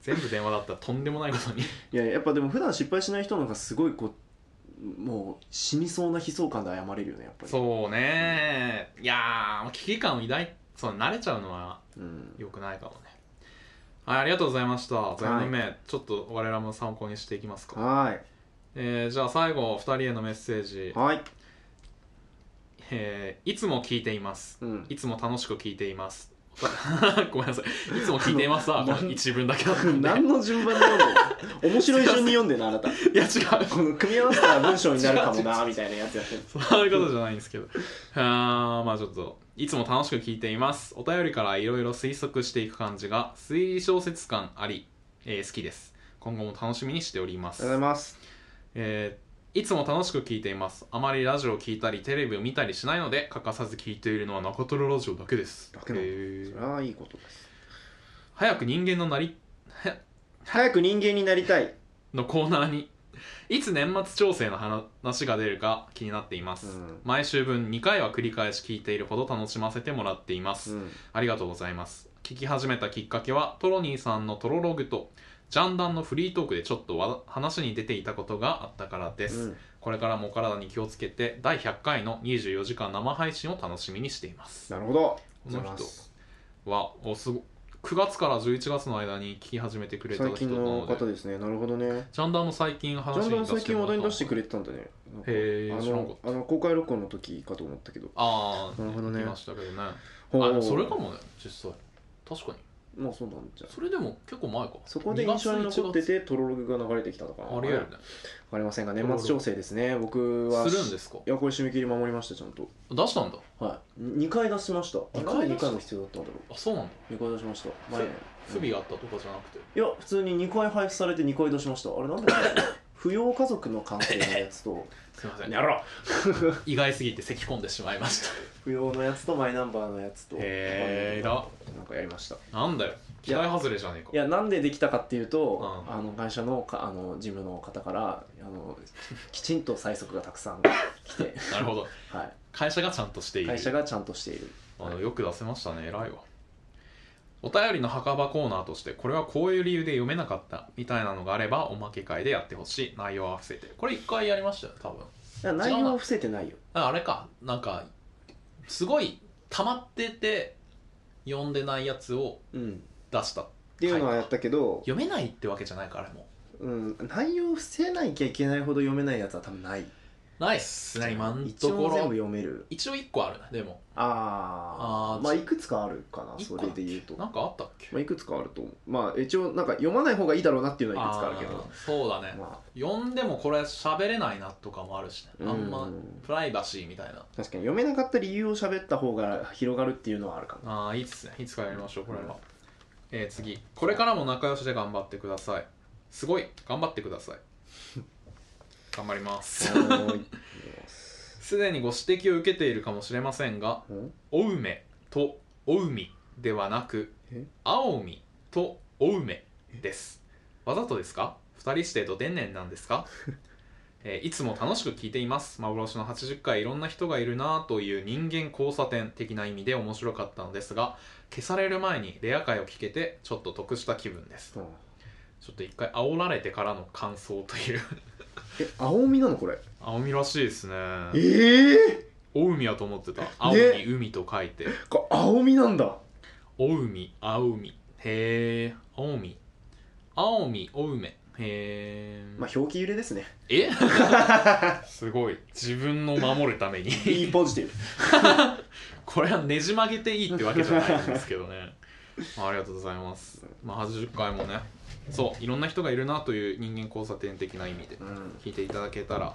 S1: 全部電話だったらとんでもないことに
S2: いややっぱでも普段失敗しない人の方がすごいこうもう死にそうな悲壮感で謝れるよねやっぱり
S1: そうねいやー危機感を抱いそう慣れちゃうのは
S2: うん、
S1: よくないかもねはいありがとうございました
S2: い
S1: 全問目、ちょっと我々も参考にしていきますか、
S2: は
S1: えー、じゃあ最後2人へのメッセージ
S2: い、はい、
S1: えーいつも聞いています
S2: うん、
S1: いつも楽しく聞いています ごめんなさいいつも聞いていますわ
S2: あの
S1: この一文だけだったんで
S2: 何の順番なの面白い順に読んでんなあなたこ
S1: いや違う
S2: の組み合わせたら文章になるかもなみたいなやつやってる
S1: そういうことじゃないんですけど。あーまあちょっと、いつも楽しく聞いています。お便りからいろいろ推測していく感じが、推理小説感あり、えー好きです。今後も楽しみにしておりま
S2: ありがとうござい
S1: す。
S2: ます
S1: えーいつも楽しく聞いています。あまりラジオを聞いたり、テレビを見たりしないので、欠かさず聞いているのは中トロラジオだけです。
S2: だけなんだ
S1: えー
S2: それはいいことです
S1: 早く人間のなり、
S2: 早く人間になりたい、
S1: のコーナーに、いつ年末調整の話が出るか気になっています。
S2: うん
S1: 毎週分2回は繰り返し聞いているほど楽しませてもらっています。
S2: うん、
S1: ありがとうございます。聞き始めたきっかけは、トロニーさんのトロログと、ジャンダンのフリートークでちょっとわ話に出ていたことがあったからです。
S2: うん
S1: これからもお体に気をつけて、第100回の24時間生配信を楽しみにしています。
S2: なるほど
S1: この人は、おすご9月から11月の間に聞き始めてくれた
S2: 最
S1: 人
S2: 近
S1: な
S2: の
S1: ので
S2: 方、ですねなるほどね
S1: ジャンダンも最近
S2: ジャ
S1: 話
S2: ンダン
S1: に
S2: 最
S1: 出して
S2: 近
S1: も
S2: 話
S1: ら
S2: 題
S1: っ
S2: に
S1: た
S2: 出してくれてたんだねなんか
S1: へー
S2: あ
S1: 知らなかっ
S2: のあの公開録音の時かと思ったけど
S1: ああ、
S2: なるほどね
S1: 聞きましたけどね。あ、
S2: ほう
S1: それかもね、実際。確かに。
S2: まあそうなんじゃ
S1: それでも結構前か。
S2: そこで印象に残って
S1: 2月
S2: てトロログが流れてきたとか
S1: 1
S2: な
S1: 月ありえるね。
S2: わかりませんが年末調整ですね僕は
S1: するんですか
S2: いやこれ締め切り守りましたちゃんと
S1: 出したんだ。
S2: はい2回出しました
S1: 二回出した
S2: なんで2回も必要だったんだろ
S1: あそうなんだ
S2: う2回出しました
S1: そ
S2: 前
S1: れ不備があったとかじゃなくて、
S2: いや普通に2回配布されて2回出しましたあれ なんだろう扶養家族の関係のやつ と
S1: すいません
S2: やろ
S1: 意外すぎて咳き込んでしまいまし
S2: 扶養のやつとマイナンバーのやつと
S1: へーだ
S2: なんかやりました
S1: た なんだよ期待外れじゃねえか
S2: いやなんでできたかっていうと、
S1: うん
S2: あの会社のかあの事務の方からあのきちんと催促がたくさん来て、
S1: なるほど
S2: は
S1: 会社がちゃんとしてい
S2: い、
S1: る
S2: 会社がちゃんとしている
S1: あのよく出せましたね偉いわお便りの墓場コーナーとしてこれはこういう理由で読めなかったみたいなのがあればおまけ会でやってほしい内容を合わせてこれ一回やりましたよ多分
S2: いや内容は伏せてないよ
S1: ああれかなんかすごい溜まってて読んでないやつを
S2: うん
S1: 出した
S2: っていうのはやったけど、
S1: 読めないってわけじゃないからあれも
S2: うん、内容を伏せなきゃいけないほど読めないやつは多分ない
S1: ないっすね今の
S2: 一
S1: とこ
S2: 応全
S1: ろ
S2: 部読める
S1: 一応一個あるねでも
S2: あ
S1: あ
S2: あ
S1: ー
S2: まあいくつかあるかな
S1: 一個
S2: それで言うと
S1: なんかあったっけ
S2: まあ、いくつかあると思うまあ一応なんか読まない方がいいだろうなっていうのはいくつかあるけど
S1: ーそうだね
S2: ま
S1: 読んでもこれ喋れないなとかもあるしね
S2: あ
S1: あんま
S2: うん
S1: プライバシーみたいな
S2: 確かに読めなかった理由を喋った方が広がるっていうのはあるかな
S1: ああいいっすねいつかやりましょうこれは、
S2: うん
S1: えー次これからも仲良しで頑張ってくださいすごい頑張ってくだ さい頑張ります
S2: はーい
S1: すでにご指摘を受けているかもしれませんが
S2: うん
S1: 「お梅」と「お海」ではなく
S2: え
S1: 「青海」と「お梅」ですわざとですか二人してど天然なんです か、えーいつも楽しく聞いています幻の80回いろんな人がいるなぁという人間交差点的な意味で面白かったのですが消される前にレア回を聞けてちょっと得した気分です
S2: うん
S1: ちょっと一回煽られてからの感想と いう
S2: え青みなのこれ
S1: 青海らしいですね
S2: ええ
S1: お海やと思ってた青
S2: ね
S1: に海と書いて、
S2: ー、これ青みなんだ
S1: おうみあうみへえあおみあおみおうめへえ、
S2: まあ表記揺れですね
S1: えすごい自分の守るために
S2: B ポジティブ
S1: これはねじ曲げていいってわけじゃないんですけどね、まあ、ありがとうございます、まあ、80回もねそういろんな人がいるなという人間交差点的な意味で
S2: うん
S1: 聞いていただけたら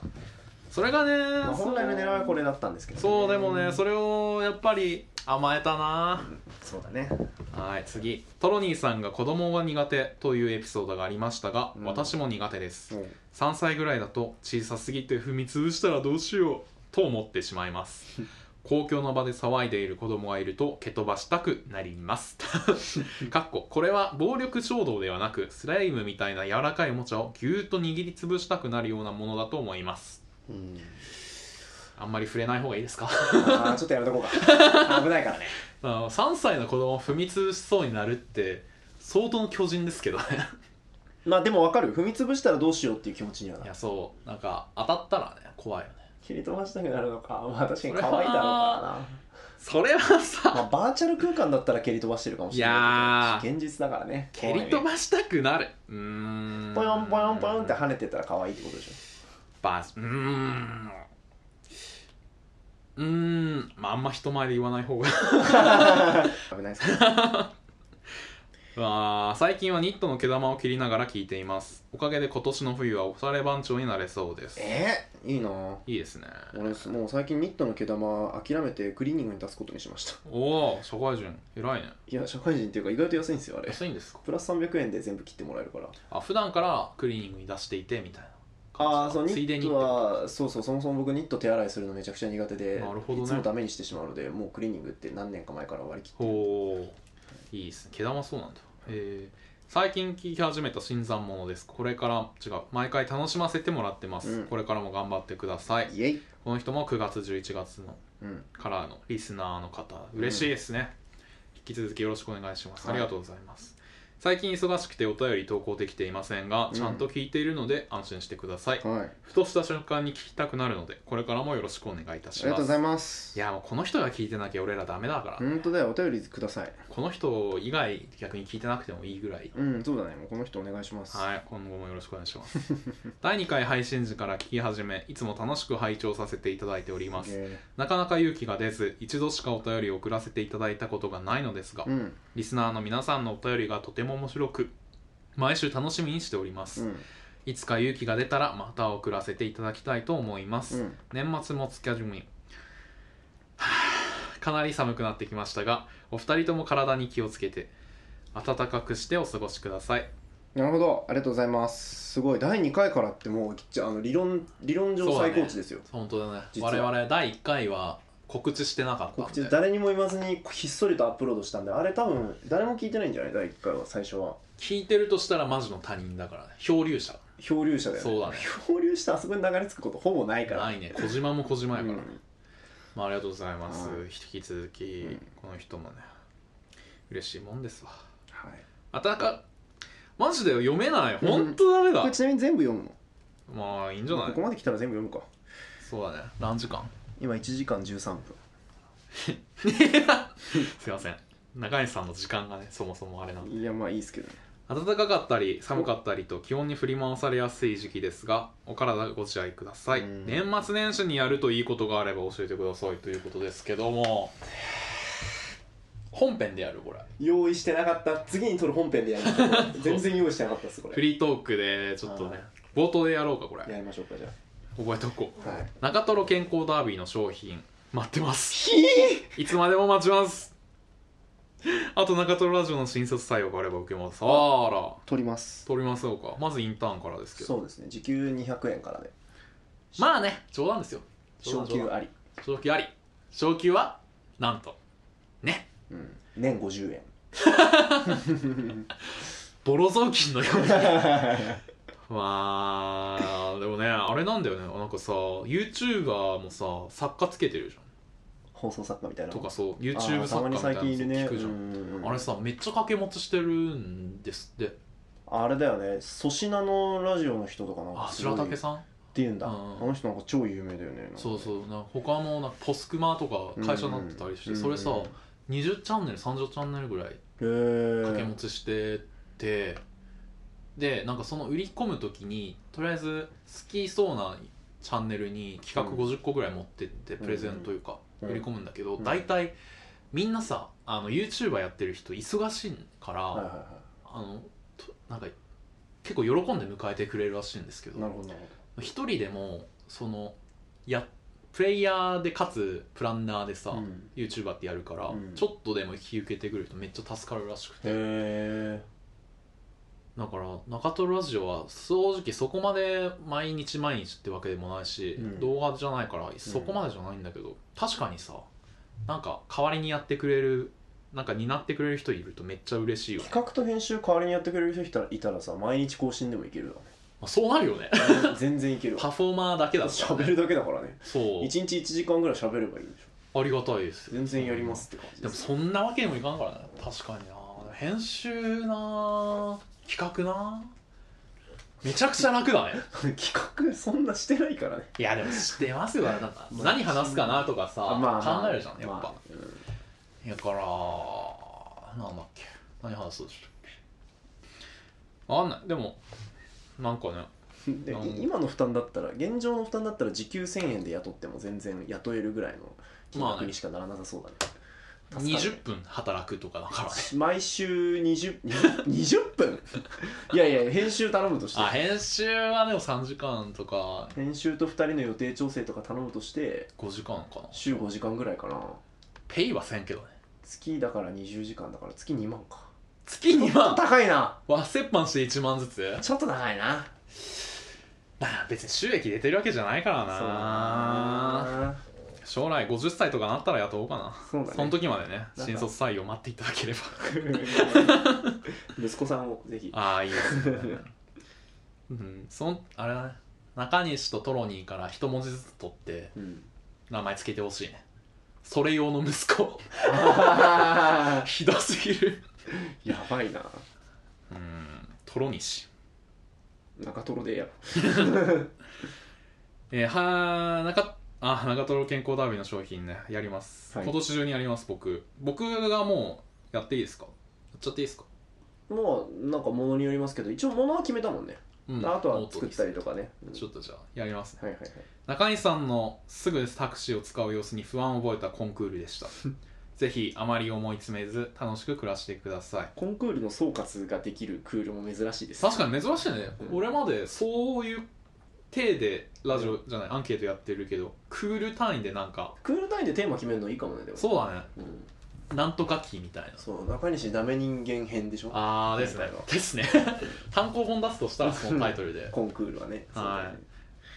S1: それがね、
S2: まあ
S1: そう
S2: 本来の狙いはこれだったんですけどね
S1: そうでもねそれをやっぱり甘えたな
S2: そうだね
S1: はい次トロニーさんが子供が苦手というエピソードがありましたが、
S2: うん
S1: 私も苦手です
S2: うん
S1: 3歳ぐらいだと小さすぎて踏み潰したらどうしようと思ってしまいます 公共の場で騒いでいる子供がいると蹴飛ばしたくなります かっここれは暴力衝動ではなくスライムみたいな柔らかいおもちゃをぎゅーっと握りつぶしたくなるようなものだと思います
S2: うん
S1: あんまり触れない方がいいです か
S2: あーちょっとやめとこうか危ないからね
S1: あの3歳の子供を踏み潰しそうになるって相当の巨人ですけどね
S2: まあでも分かる踏み潰したらどうしようっていう気持ちにはいな
S1: やそうなんか当たったらね怖いよね
S2: 切り飛ばしたくなるのかまあ確かに
S1: それは
S2: 可愛いだろうか
S1: それは
S2: らな、
S1: さ
S2: まあ、バーチャル空間だったら蹴り飛ばしてるかもしれないけど現実だからね
S1: 蹴り飛ばしたくなるうーん
S2: 怖いねポヨンポヨンポヨンって跳ねてたら可愛いってことでしょ
S1: バスうーんうーんまああんま人前で言わない方が
S2: 危ないですか
S1: わあ最近はニットの毛玉を切りながら聞いていますおかげで今年の冬はおしゃれ番長になれそうです
S2: えー、いいなぁ
S1: いいですね
S2: 俺もう最近ニットの毛玉諦めてクリーニングに出すことにしました
S1: おお社会人偉いね
S2: いや社会人っていうか意外と安いんですよあれ
S1: 安いんですか
S2: プラス300円で全部切ってもらえるから
S1: あ普段からクリーニングに出していてみたいな
S2: ああーそうニ
S1: ついで
S2: ッ
S1: にって
S2: ト
S1: こと
S2: はそうそうそもそも僕ニット手洗いするのめちゃくちゃ苦手で
S1: なるほどね
S2: いつもダメにしてしまうのでもうクリーニングって何年か前から割り切って
S1: ほういいですね毛玉そうなんだえー最近聞き始めた新参者ですこれから違う毎回楽しませてもらってます、
S2: うん
S1: これからも頑張ってください
S2: イエイ、
S1: この人も9月11月の
S2: うん、
S1: からのリスナーの方嬉しいですね、引き続きよろしくお願いします、
S2: はい
S1: ありがとうございます最近忙しくてお便り投稿できていませんが
S2: うん
S1: ちゃんと聞いているので安心してください、
S2: はいあ
S1: ふとした瞬間に聞きたくなるのでこれからもよろしくお願いいた
S2: り
S1: しま
S2: がとう
S1: す
S2: ございます
S1: いやもうこの人が聞いてなきゃ俺らダメだから、
S2: 本当だよお便りください
S1: この人以外逆に聞いてなくてもいいぐらい
S2: うんそうだねもうこの人お願いします
S1: はい、今後もよろしくお願いします。第2回 配信時から聞き始め、いつも楽しく拝聴させていただいております。
S2: え
S1: なかなか勇気が出ず、一度しかお便りを送らせていただいたことがないのですが
S2: ー、うん
S1: リスナーの皆さんのお便りがとても面白く、毎週楽しみにしておりま
S2: う
S1: す。
S2: ん
S1: いつか勇気が出たら、また送らせていただきたいと思います。
S2: うん
S1: 年末も月始め はぁかなり寒くなってきましたがお二人とも体に気をつけて暖かくしてお過ごしください
S2: なるほどありがとうございますすごい第2回からってもうきっちりあの理論理論上最高値ですよ、
S1: 本当だね
S2: 実は
S1: 我々第1回は告知してなかった
S2: 告
S1: ん
S2: 知
S1: で
S2: 誰にも言わずにひっそりとアップロードしたんであれ多分誰も聞いてないんじゃない第1回は最初は
S1: 聞いてるとしたらマジの他人だからね漂流者
S2: 漂流者だよね
S1: そうだね
S2: 漂流してあそこに流れ着くことほぼないから
S1: ないね小島も小島やから、
S2: うん
S1: まあ、ありがとうございます、
S2: うん
S1: 引き続き、
S2: うん
S1: この人もね嬉しいもんですわ
S2: はい、
S1: 暖かマジで読めない本当ダメだ
S2: これ、ちなみに全部読むの
S1: まあいいんじゃない
S2: ここまで来たら全部読むか
S1: そうだね何時間
S2: 今1時間13分
S1: すいません中西さんの時間がねそもそもあれなんで
S2: いやまあいいですけどね
S1: 暖かかったり寒かったりと気温に振り回されやすい時期ですがお体ご自愛ください
S2: うん
S1: 年末年始にやるといいことがあれば教えてくださいということですけども本編でやるこれ
S2: 用意してなかった次に撮る本編でやる 全然用意してなかったですこ
S1: フ
S2: れ
S1: リートークでちょっとね
S2: あ
S1: 冒頭でやろうかこれ
S2: やりましょうかじゃ
S1: 覚えておこう
S2: あはい
S1: 中トロ健康ダービーの商品待ってます
S2: ひ
S1: いつまでも待ちますあと中トロラジオの新卒採用があれば受けますあら
S2: 撮ります
S1: 取りましょうかまずインターンからですけど
S2: そうですね時給200円からで
S1: まあね冗談ですよ
S2: 昇給あり、
S1: 昇給あり昇給はなんとね
S2: うん、年50円
S1: ボロ雑巾のように まあでもねあれなんだよねなんかさ YouTuber もさ作家つけてるじゃ
S2: 放送作家みたいなん
S1: とかそう
S2: あ
S1: YouTube
S2: ーた
S1: 作
S2: ま
S1: 家
S2: に
S1: みたい
S2: 最
S1: な
S2: 近いる
S1: の
S2: ね
S1: 聞くじゃ
S2: うんんうんうん
S1: あれさめっちゃ掛け持ちしてるんですって
S2: あれだよね粗品のラジオの人とかなん
S1: あ
S2: かすご
S1: 白
S2: い
S1: 竹さん
S2: っていうんだ、
S1: うん
S2: あの人なんか超有名だよねなんかね
S1: そうそうな他もなんかポスクマとか会社になってたりして、
S2: うん
S1: それさ、
S2: うん
S1: 20チャンネル30チャンネルぐらい掛け持ちしてて、でなんかその売り込む時にとりあえず好きそうなチャンネルに企画
S2: う
S1: 50個ぐらい持ってってプレゼントというか
S2: うん
S1: 売り込むんだけど
S2: うん
S1: 大体みんなさあの YouTuber やってる人忙しいから、
S2: はいはいは
S1: あのとなんか結構喜んで迎えてくれるらしいんですけ
S2: いな
S1: ど
S2: るほどなる
S1: 一人でもそのやプレイヤーでかつプランナーでさ、
S2: ほどうん
S1: ユー YouTuber ってやるから、
S2: うん
S1: ちょっとでも引き受けてくれるとめっちゃ助かるらしくて、
S2: へ
S1: だから中トロラジオは正直そこまで毎日毎日ってわけでもないし、
S2: うん
S1: 動画じゃないからそこまでじゃないんだけど、確かにさなんか代わりにやってくれるなんか担ってくれる人いるとめっちゃ嬉しいよ
S2: え
S1: ね、
S2: 企画と編集代わりにやってくれる人いたらいたらさ毎日更新でもいけるわ
S1: まあ、そうなるよ ね
S2: ね全然いける
S1: パ
S2: わ
S1: フォーマーだけだから、
S2: 喋
S1: ね、
S2: るだけだからね
S1: そう
S2: 一日1時間ぐらい喋ればいいんでしょ
S1: ありがたいです
S2: 全然やりますって感じ
S1: で
S2: で
S1: も
S2: す
S1: そんなわけにもいかんからね確かにな編集な企画なめちゃくちゃ楽だね
S2: 企画そんなしてないからね
S1: いやでも知ってますよなんか
S2: まあ
S1: 何話すかなとかさ、
S2: あまあまあ
S1: 考えるじゃんやっぱ、
S2: まあうん
S1: だからなんだっけ何話そうでしたっけわかんないでもなんかね
S2: で
S1: うん
S2: い今の負担だったら現状の負担だったら時給1000円で雇っても全然雇えるぐらいの金
S1: まあ
S2: 額
S1: ね
S2: にしかならなさそうだね,助かるね、
S1: 20分働くとかだからね
S2: 毎週 20, 20, 20分 いやいや編集頼むとして
S1: あ編集はでも3時間とか
S2: 編集と2人の予定調整とか頼むとして
S1: 5時間かな
S2: 週5時間ぐらいかな
S1: ペイはせんけどね
S2: 月だから20時間だから月2万か
S1: 月2万
S2: 高いな
S1: わ折半して1万ずつ
S2: ちょっと高いな
S1: なあ別に収益出てるわけじゃないから
S2: そう
S1: な
S2: だな
S1: 将来50歳とかなったら雇おうかな
S2: そうだね
S1: その時までね
S2: なんか
S1: 新卒採用待っていただければ
S2: 息子さんをぜひ
S1: ああいいですねうんそんあれだね中西とトロニーから一文字ずつ取って
S2: うん
S1: 名前つけてほしいねそれ用の息子 ひどすぎる
S2: やばいな
S1: うんトロニシ
S2: 中トロでやろ
S1: えー、はーなかあ長瀞健康ダービーの商品ねやります、
S2: はい
S1: 今年中にやります僕僕がもうやっていいですかやっちゃっていいですか
S2: もうなんかものによりますけど一応ものは決めたもんね、
S1: うん
S2: あとは
S1: ノート
S2: 作っ
S1: に
S2: たりとかね、うん
S1: ちょっとじゃあやりますね
S2: はいはいはい
S1: 中西さんのすぐタクシーを使う様子に不安を覚えたコンクールで したぜひあまり思い詰めず楽しく暮らしてください
S2: コンクールの総括ができるクールも珍しいです
S1: 確かに珍しいね、
S2: うん
S1: 俺までそういう体でラジオじゃないアンケートやってるけどクール単位でなんか
S2: クール単位でテーマ決めるのいいかもねでも
S1: そうだね
S2: うん,、
S1: なんとかキーみたいな
S2: そう中西ダメ人間編でしょ
S1: あーですね
S2: なんだろ
S1: ですね 単行本出すとしたらそのタイトル で
S2: コンクールはねそうだね
S1: は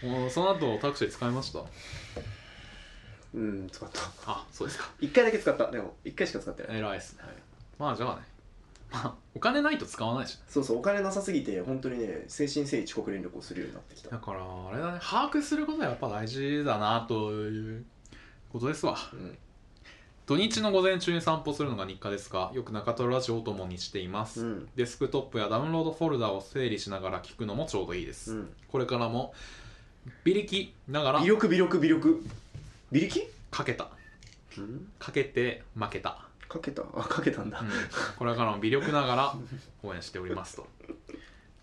S1: いもうその後タクシー使いました
S2: うん使った
S1: あそうですか
S2: 一回だけ使ったでも一回しか使ってない、
S1: 偉いですね
S2: はい
S1: まあじゃあねまあお金ないと使わないし
S2: そうそうお金なさすぎて本当にね精神性遅刻連絡をするようになってきた
S1: だからあれだね把握することがやっぱ大事だなということですわ
S2: うん
S1: 土日の午前中に散歩するのが日課ですがよく中トロラジオを共にしています、
S2: うん
S1: デスクトップやダウンロードフォルダを整理しながら聞くのもちょうどいいです、
S2: うん
S1: これからもビリきながら
S2: 微力微力微力微力、
S1: かけた
S2: うん、
S1: かけて負けた、
S2: かけ たあかけたんだ、
S1: うんこれからも微力ながら応援しておりますと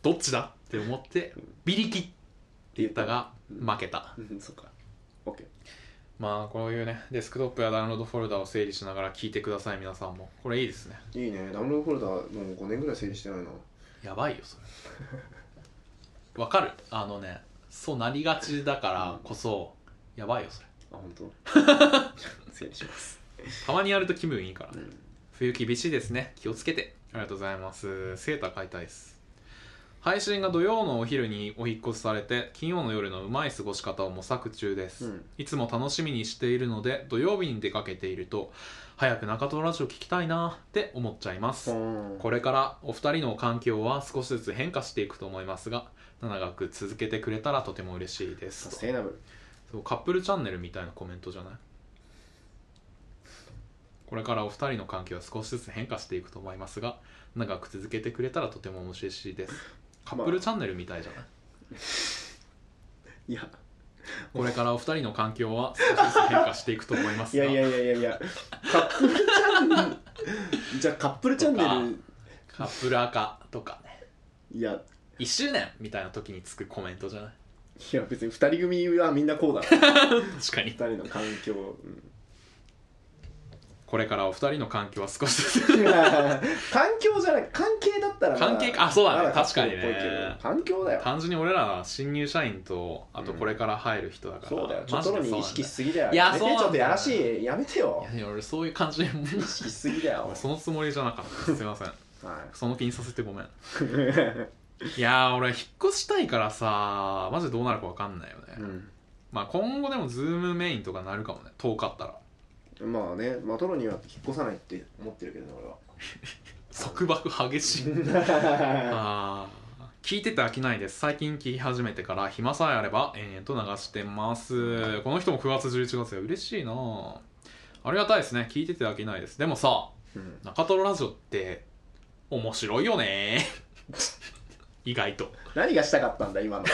S1: どっちだって思ってビリきって言ったが負けた
S2: うんそうか OK
S1: まあこういうねデスクトップやダウンロードフォルダを整理しながら聞いてください皆さんもこれいいですね
S4: いいねダウンロードフォルダもう5年ぐらい整理してないな
S1: やばいよそれ わかるあのねそうなりがちだからこそやばいよそれ
S2: あ本 当整理します、
S1: たまにやると気分いいから
S2: う
S1: ね
S2: ん
S1: 冬厳しいですね気をつけてありがとうございますセーター買いたいです配信が土曜のお昼にお引っ越しされて金曜の夜のうまい過ごし方を模索中です、
S2: うん
S1: いつも楽しみにしているので土曜日に出かけていると早く中トラジオ聞きたいなって思っちゃいます、
S2: うん
S1: これからお二人の環境は少しずつ変化していくと思いますが長く続けてくれたらとても嬉しいで
S2: サ
S1: す
S2: ステイナブル
S1: そうカップルチャンネルみたいなコメントじゃないこれからお二人の関係は少しずつ変化していくと思いますが長く続けてくれたらとても面白いですカップルチャンネルみたいじゃない、
S2: いや
S1: これからお二人の環境は少しずつ変化していくと思います
S2: い
S1: が
S2: やいやいやいやいやカップルチャ
S5: じゃあカップルチャンネル
S1: カップル赤とかね
S5: いや
S1: 1周年みたいな時につくコメントじゃない
S5: いや別に2人組はみんなこうだから
S1: 確か
S5: 2
S1: に
S5: 人の環境、 うん
S1: これからお二人の環境は少しずつ
S5: いや環境じゃない関係だったらまだ
S1: 関係かあそうだね
S5: まカップルっぽい
S1: 確かにね
S5: けど環境だよ
S1: 単純に俺らは新入社員とあとこれから入る人だから、
S5: そうだよちょ
S1: マ
S5: っ
S1: ジ
S5: と
S1: で
S5: の
S1: そ
S5: に
S1: うな
S5: 意
S1: んだ
S5: 識し
S1: よ
S5: すぎだよ
S1: いや
S5: やめて
S1: そうなん
S5: ちょ
S1: だよ
S5: っとやらしいやめてよ
S1: いや俺そういう感じで
S5: 意識しすぎだよ
S1: そのつもりじゃなかったすいません
S5: は
S1: その気にさせてごめん
S5: い、
S1: いやー俺引っ越したいからさマジでどうなるか分かんないよね、
S5: う
S1: まあ今後でもズームメインとかなるかもね遠かったら
S5: ん、まあね
S2: まあトロには引っ越さないって思ってるけどね俺は
S1: 束縛激しい あー聞いてて飽きないです最近聞き始めてから暇さえあれば延々と流してますこの人も9月11月が嬉しいなあありがたいですね聞いてて飽きないですでもさ
S5: うん
S1: 中トロラジオって面白いよね 意外と
S5: 何がしたかったんだ 今の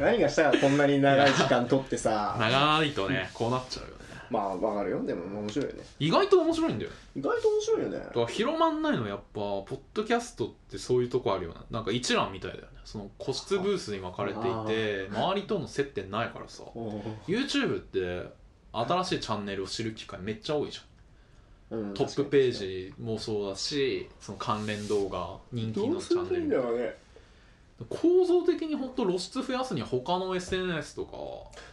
S5: 何がしたかったこんなに長い時間取ってさ
S1: 長いとねこうなっちゃうよね
S5: まあわかるよでも面白いよね
S1: 意外と面白いんだよ
S5: 意外と面白いよね
S1: だから広まんないのはやっぱポッドキャストってそういうとこあるよななんか一覧みたいだよねその個室ブースに巻かれていて周りとの接点ないからさ YouTube って新しいチャンネルを知る機会めっちゃ多いじゃ
S5: うん
S1: んトップページもそうだしその関連動画人気
S5: ど
S1: の
S5: う
S1: チ
S5: す
S1: ャ
S5: る
S1: ンネ
S5: といいんだ
S1: ル
S5: ろうね
S1: 構造的に本当露出増やすには他の SNS とか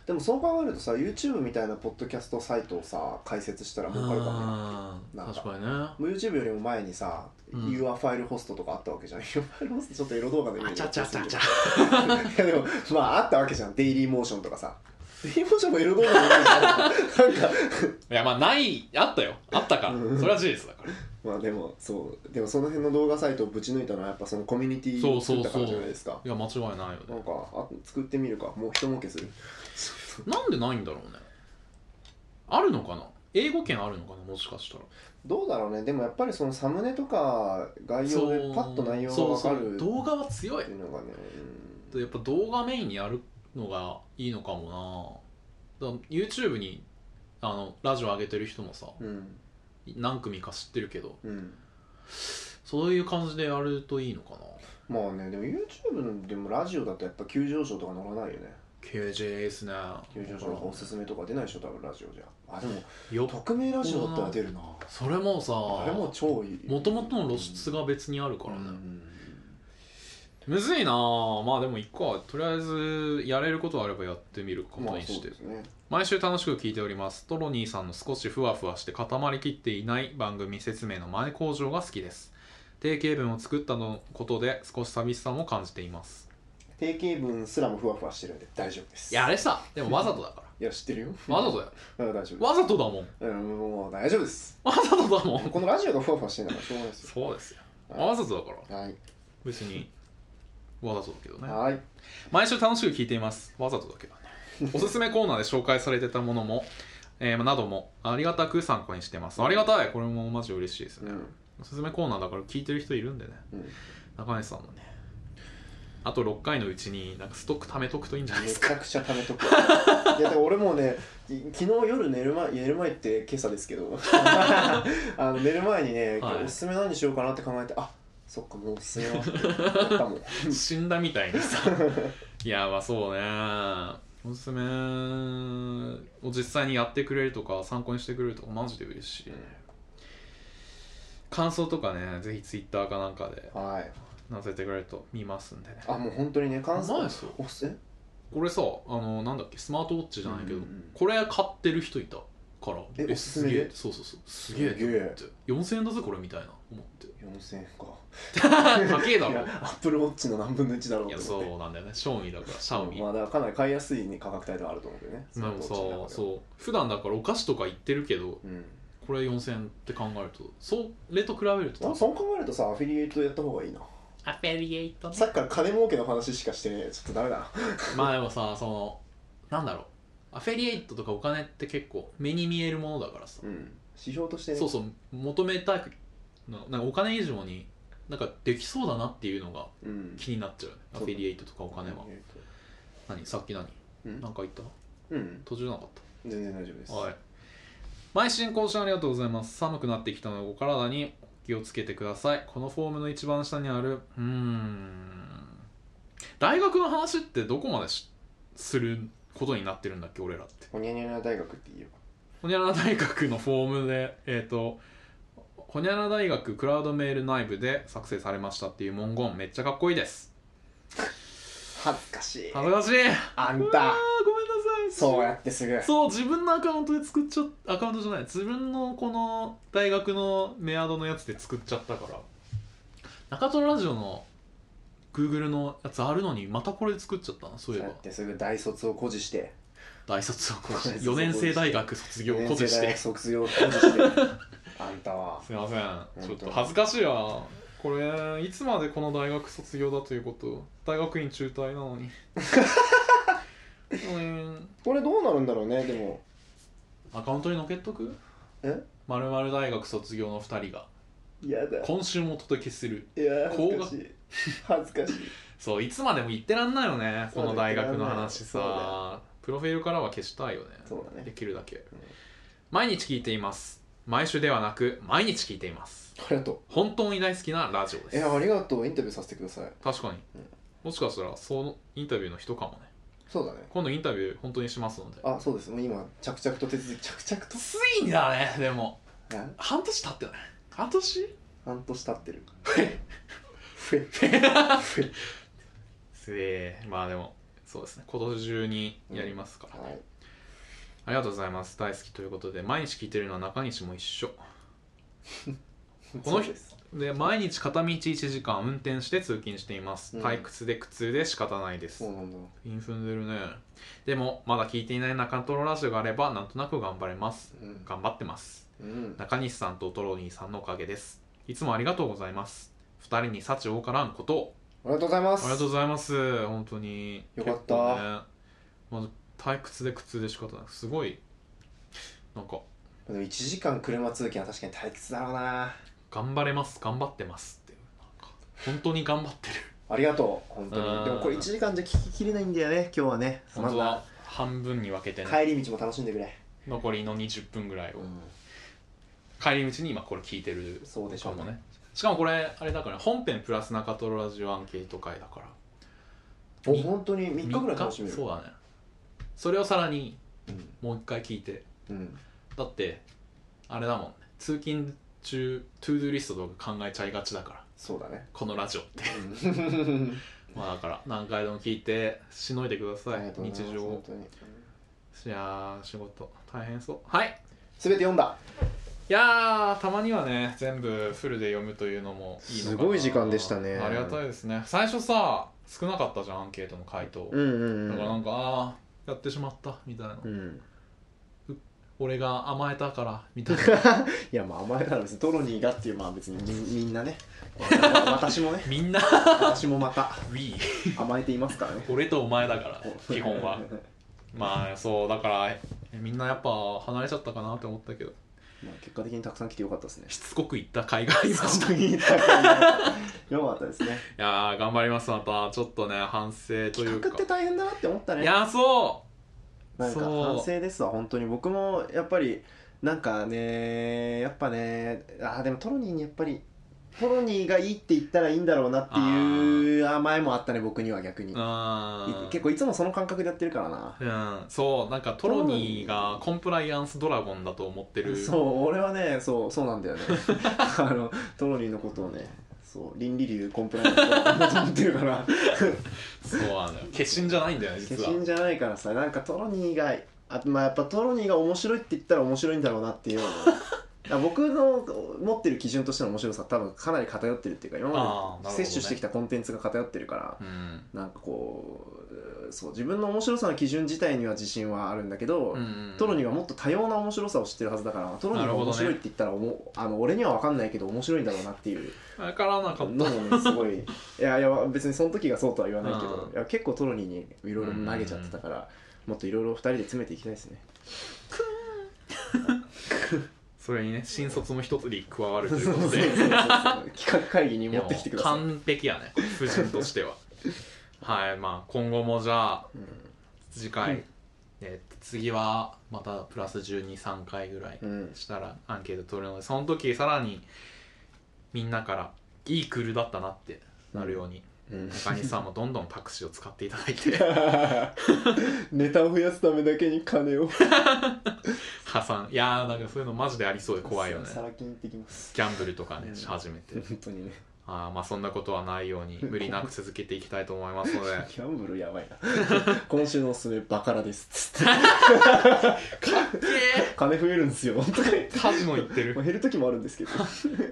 S2: でもそう考えるとさ YouTube みたいなポッドキャストサイトをさ開設したら儲かるかもね
S1: う
S2: なん
S1: ん
S2: か
S1: 確かにねあ
S2: もう YouTube よりも前にさ、
S1: うん
S2: Your ファイルホストとかあったわけじゃん Your ファイルホストちょっとエロ動画で見る
S1: ちゃちゃちゃちゃ
S2: いやでもまああったわけじゃんデイリーモーションとかさデイリーモーションもエロ動画で見る じゃんなんか
S1: いやまあないあったよあったからそれは事実だから
S2: まあでもそうでもその辺の動画サイトをぶち抜いたのはやっぱそのコミュニティ
S1: そ
S2: を
S1: うそ
S2: 作
S1: う
S2: ったか
S1: そう
S2: らじゃないですか
S1: いや間違いないよね
S2: なんかあ作ってみるかもう一儲けする
S1: なんでないんだろうねあるのかな英語圏あるのかなもしかしたら
S2: どうだろうねでもやっぱりそのサムネとか概要でパッと内容がわか
S1: そうそう
S2: る
S1: 動画は強い
S2: っていうのがねうん
S1: やっぱ動画メインにやるのがいいのかもなだから YouTube にあのラジオ上げてる人もさ
S2: うん
S1: 何組か知ってるけど
S2: うん
S1: そういう感じでやるといいのかな
S2: まあねでも YouTube でもラジオだとやっぱ急上昇とか乗らないよね
S1: KJ ですね
S2: 急上昇とかおすすめとか出ないでしょ多分ラジオじゃあでも
S1: よっ
S2: 匿名ラジオだったら出るな
S1: それもさ
S2: あれも超いい
S1: もともとの露出が別にあるからね、
S2: うん
S1: むずいなあまあでも一個はとりあえずやれることあればやってみること
S2: まあ
S1: に
S2: そ
S1: し
S2: う
S1: て、
S2: ですね
S1: 毎週楽しく聞いておりますトロニーさんの少しふわふわして固まりきっていない番組説明の前工場が好きです定型文を作ったのことで少し寂しさも感じています
S2: 定型文すらもふわふわしてるんで大丈夫です
S1: いやあれさでもわざとだか
S2: いや知っ てるよ
S1: らわざとだよ
S2: だから大丈夫
S1: わざとだもん
S2: ですうんもう大丈 夫です
S1: わざとだもん
S2: このラジオがふわふわしてるんだからしょうがないですよ
S1: そうですよわざとだから
S2: はい
S1: 別にわざとだけどね
S2: はい
S1: 毎週楽しく聞いていますわざとだけど ねおすすめコーナーで紹介されてたものも、えーなどもありがたく参考にしてますありがたいこれもマジ嬉しいです
S2: う
S1: ね、
S2: ん
S1: おすすめコーナーだから聞いてる人いるんでね
S2: うん
S1: 中西さんもねあと6回のうちになんかストック貯めとくといいんじゃないで
S2: め
S1: す
S2: ち
S1: か
S2: ゃくちゃ貯めとくいやだから俺もうねい昨日夜寝る前寝る前って今朝です けどあの寝る前にね、
S1: はい
S2: おすすめ何しようかなって考えてあそっかもうおすすめはってなったもん
S1: 死んだみたいに さいやまあそうねおすすめを実際にやってくれるとか参考にしてくれるとかマジで嬉しいね、感想とかねぜひツイッターかなんかで
S2: はい
S1: 載せてくれると見ますんでね
S2: あもう本当にね感
S1: うまい
S2: 想
S1: っすよ
S2: おすえ
S1: これさあのなんだっけスマートウォッチじゃないけど、
S2: うんうんうん
S1: これ買ってる人いたから
S2: えおすすめ
S1: げえ
S2: で
S1: そうそうそうすげえ
S2: すげえ
S1: と思って4000円だぜこれみたいな思って
S2: 4000円か
S1: 高えだ
S2: いや
S1: ろ
S2: アップルウォッチの何分の1だろう
S1: いや
S2: と思って
S1: そうなんだよねショーミーだからシャオミ
S2: まあだからかなり買いやすいね価格帯ではあると思うけどね
S1: でもさ
S2: その当時の中では
S1: そう普段だからお菓子とか行ってるけど
S2: うん
S1: これ4000円って考えるとそれと比べる
S2: あ
S1: と
S2: そう考えるとさアフィリエイトやった方がいいな
S1: アフェリエイト
S2: さっきから金儲けの話しかしてねちょっとダメだな
S1: まあでもさそのなんだろうアフェリエイトとかお金って結構目に見えるものだからさ、
S2: うん指標としてね
S1: そうそう求めたくななんかお金以上になんかできそうだなっていうのが
S2: うん
S1: 気になっちゃうよねア
S2: そう
S1: フ
S2: だね
S1: ィリエイトとかお金は何さっき何
S2: うん
S1: なんか言った
S2: うん
S1: 途中なかっ
S2: 全然大丈夫です
S1: たはい毎進更新ありがとうございます寒くなってきたのでお体に気をつけてくださいこのフォームの一番下にあるうーん大学の話ってどこまでしすることになってるんだっけ俺らって
S2: ほにゃにゃにゃ大学って言え
S1: ほにゃらら大学のフォームでえっ、とほにゃらら大学クラウドメール内部で作成されましたっていう文言めっちゃかっこいいです
S2: ば恥ずかしい
S1: 恥ずかしい
S2: あ
S1: うんわー
S2: た
S1: ごめんなさい
S2: そうやってすぐ
S1: そう自分のアカウントで作っちゃっアカウントじゃない自分のこの大学のメアドのやつで作っちゃったから中トロラジオの Google のやつあるのにまたこれで作っちゃったなそういえ
S2: や
S1: ば
S2: ってすぐ大卒を誇示して
S1: 大卒をこ
S2: 大卒を誇示
S1: 4年生大学卒業を誇示し
S2: 大
S1: て
S2: 学卒業を誇示してあんたは
S1: すいません
S2: 当
S1: ちょ
S2: に
S1: っと恥ずかしいわこれいつまでこの大学卒業だということ大学院中退なの にうん
S2: これどうなるんだろうねでも
S1: アカウントにのけっとく
S2: え
S1: まるまる大学卒業の2人が
S2: やだ
S1: 今週もお届けする
S2: いや
S1: 恥ずかし
S2: い恥ずかしい
S1: そういつまでも言ってらんないよねこ
S2: そうだ
S1: の大学の話
S2: 言ってらんない
S1: さプロフィールからは消したいよね
S2: そうだね
S1: できるだけ、毎日聞いています毎週ではなく毎日聞いています
S2: ありがと
S1: 本当に大好きなラジオ
S2: う
S1: で
S2: え
S1: す
S2: ありがとうインタビューさせてください
S1: 確かに、
S2: うん
S1: もしかしたらそのインタビューの人かもね
S2: そうだね
S1: 今度インタビュー本当にしますので
S2: あそうですもう今着々と手続き着々と
S1: ついにだねでも
S2: え
S1: 半年経ってない半年
S2: 半年経ってる
S1: え
S2: ふえふえ
S1: すげえまあでもそうですね今年中にやりますから、
S2: はい
S1: ありがとうございます大好きということで毎日聞いてるのは中西も一緒この人
S2: そうです
S1: で毎日片道1時間運転して通勤しています
S2: うん
S1: 退屈で苦痛で仕方ないです、
S2: そうなんだ
S1: インフンでるねでもまだ聞いていない中トロラジオがあればなんとなく頑張れます
S2: うん
S1: 頑張ってます
S2: うん
S1: 中西さんとトロニーさんのおかげですいつもありがとうございます2人に幸多からんことを
S2: ありがとうございま
S1: あ
S2: す
S1: りがとうございます本当に
S2: よかった
S1: 結構ねまず退屈で苦痛で仕方ないすごいなんか
S2: でも1時間車通勤は確かに退屈だろうな
S1: 頑張れます頑張ってますっていうなんか本当に頑張 ってる
S2: ありがとう本当
S1: うん
S2: にでもこれ1時間じゃ聞ききれないんだよね今日はね
S1: 本当
S2: ま
S1: は半分に分けて
S2: ず
S1: ね
S2: 帰り道も楽しんでくれ、
S1: 残りの20分ぐらいを、
S2: うん
S1: 帰り道に今これ聞いてる
S2: そうでしょう
S1: かも
S2: ね
S1: ねしかもこれあれだからね本編プラス中トロラジオアンケート会だから
S2: お
S1: み
S2: 本当に3日ぐらい楽しめる
S1: そうだねそれをさらに
S2: うん
S1: もう一回聞いて
S2: うん
S1: だってあれだもんね通勤中トゥードゥーリストとか考えちゃいがちだから
S2: そうだね
S1: このラジオって
S2: うん
S1: まあだから何回でも聞いてしのいでくださ
S2: あり
S1: い
S2: がとうござい
S1: 日
S2: ます
S1: 常
S2: 本
S1: を
S2: 当に
S1: いやー仕事大変そうはい
S2: 全て読んだ
S1: いやーたまにはね全部フルで読むというのもいいのかな
S2: すごい時間でしたね
S1: ありがたいですね最初さ少なかったじゃんアンケートの回答、
S2: うんうんう
S1: だからなんんかあーやってしまったみたいな、
S2: うん、
S1: 俺が甘えたからみたい な
S2: いやまあ甘えなら別にトロニーがっていうまあ別にみみんな ねわ私もね
S1: みんな
S2: 私もまた
S1: We
S2: 甘えていますからね
S1: 俺とお前だから基本 はまあそうだからえみんなやっぱ離れちゃったかなって思ったけど
S2: まあ結果的にたくさん来てよかったですね
S1: しつこく言った甲斐がありま したい
S2: よかったですね
S1: やー頑張りますまたちょっとね反省という
S2: 企画
S1: か
S2: って大変だなって思った
S1: い
S2: ね
S1: やーそう
S2: なんか
S1: そう
S2: 反省ですわ本当に僕もやっぱりなんかねやっぱねあーでもトロニーにやっぱりトロニーがいいって言ったらいいんだろうなっていう甘えもあったね僕には逆に
S1: うん
S2: い結構いつもその感覚でやってるからな
S1: うん、そうなんかトロニーがコンプライアンスドラゴンだと思ってる
S2: そう俺はねそうそうなんだ よねあのトロニーのことをねそう倫理流コンプライアンスだと思ってるから
S1: そうなんだよ化身じゃないんだよね
S2: 化
S1: 実は
S2: 身じゃないからさなんかトロニーがあまあやっぱトロニーが面白いって言ったら面白いんだろうなってい うのがだから僕の持ってる基準としての面白さ多分かなり偏ってるっていうか今
S1: あ
S2: ま
S1: ーな
S2: で
S1: るほどね
S2: 摂取してきたコンテンツが偏ってるから
S1: うん
S2: なんかこうそう自分の面白さの基準自体には自信はあるんだけど、
S1: うん
S2: トロニーはもっと多様な面白さを知ってるはずだからトロニーが面白いって言ったらおもあの俺には分かんないけど面白いんだろうなっていう
S1: わからなかった
S2: の もねすごいいやいや別にその時がそうとは言わないけど
S1: うん
S2: いや結構トロニーにいろいろ投げちゃってたからもっといろいろ2人で詰めていきたいですね
S1: それにね新卒も一つに加わると
S2: そう
S1: い
S2: そう
S1: うこ
S2: そう
S1: と
S2: そ
S1: で
S2: う企画会議に
S1: い
S2: 持
S1: や
S2: ってきてください
S1: 完璧やね 夫人としてははいまあ今後もじゃあ
S2: うん
S1: 次回で次はまたプラス123回ぐらい
S2: うん
S1: したらアンケート取るのでその時さらにみんなからいいクールだったなってなるように、
S2: うん
S1: 中西さんもどんどんタクシーを使っていただい て
S2: ネタを増やすためだけに金を
S1: 破産いやーなんかそういうのマジでありそうで怖いよね
S4: サラ金行ってきます
S1: ギャンブルとかね
S2: うん
S1: し始めて
S2: 本当にね
S1: あーまあそんなことはないように無理なく続けていきたいと思いますので
S2: ギャンブルやば いな今週のおすすめバカラですつって金増えるんですよとか言って
S1: カジノ行って
S2: ま
S1: る
S2: あ減る時もあるんですけど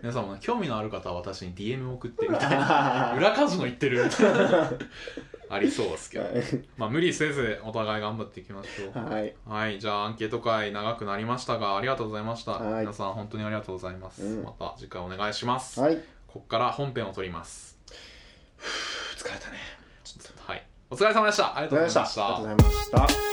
S1: 皆さんもね興味のある方は私に DM を送ってみたいな
S2: は
S1: 裏カジノ行って るありそうですけ
S2: い
S1: ど、まあ無理せずお互い頑張っていきましょう
S2: はい
S1: はいじゃあアンケート会長くなりましたがありがとうございました
S2: はい
S1: 皆さん本当にありがとうございます、
S2: うん
S1: また次回お願いします、
S2: はい
S1: ここから本編を撮ります
S2: 疲れたね
S1: はいお疲れ様でしたありがとうございまし
S2: ありが
S1: た
S2: とうございました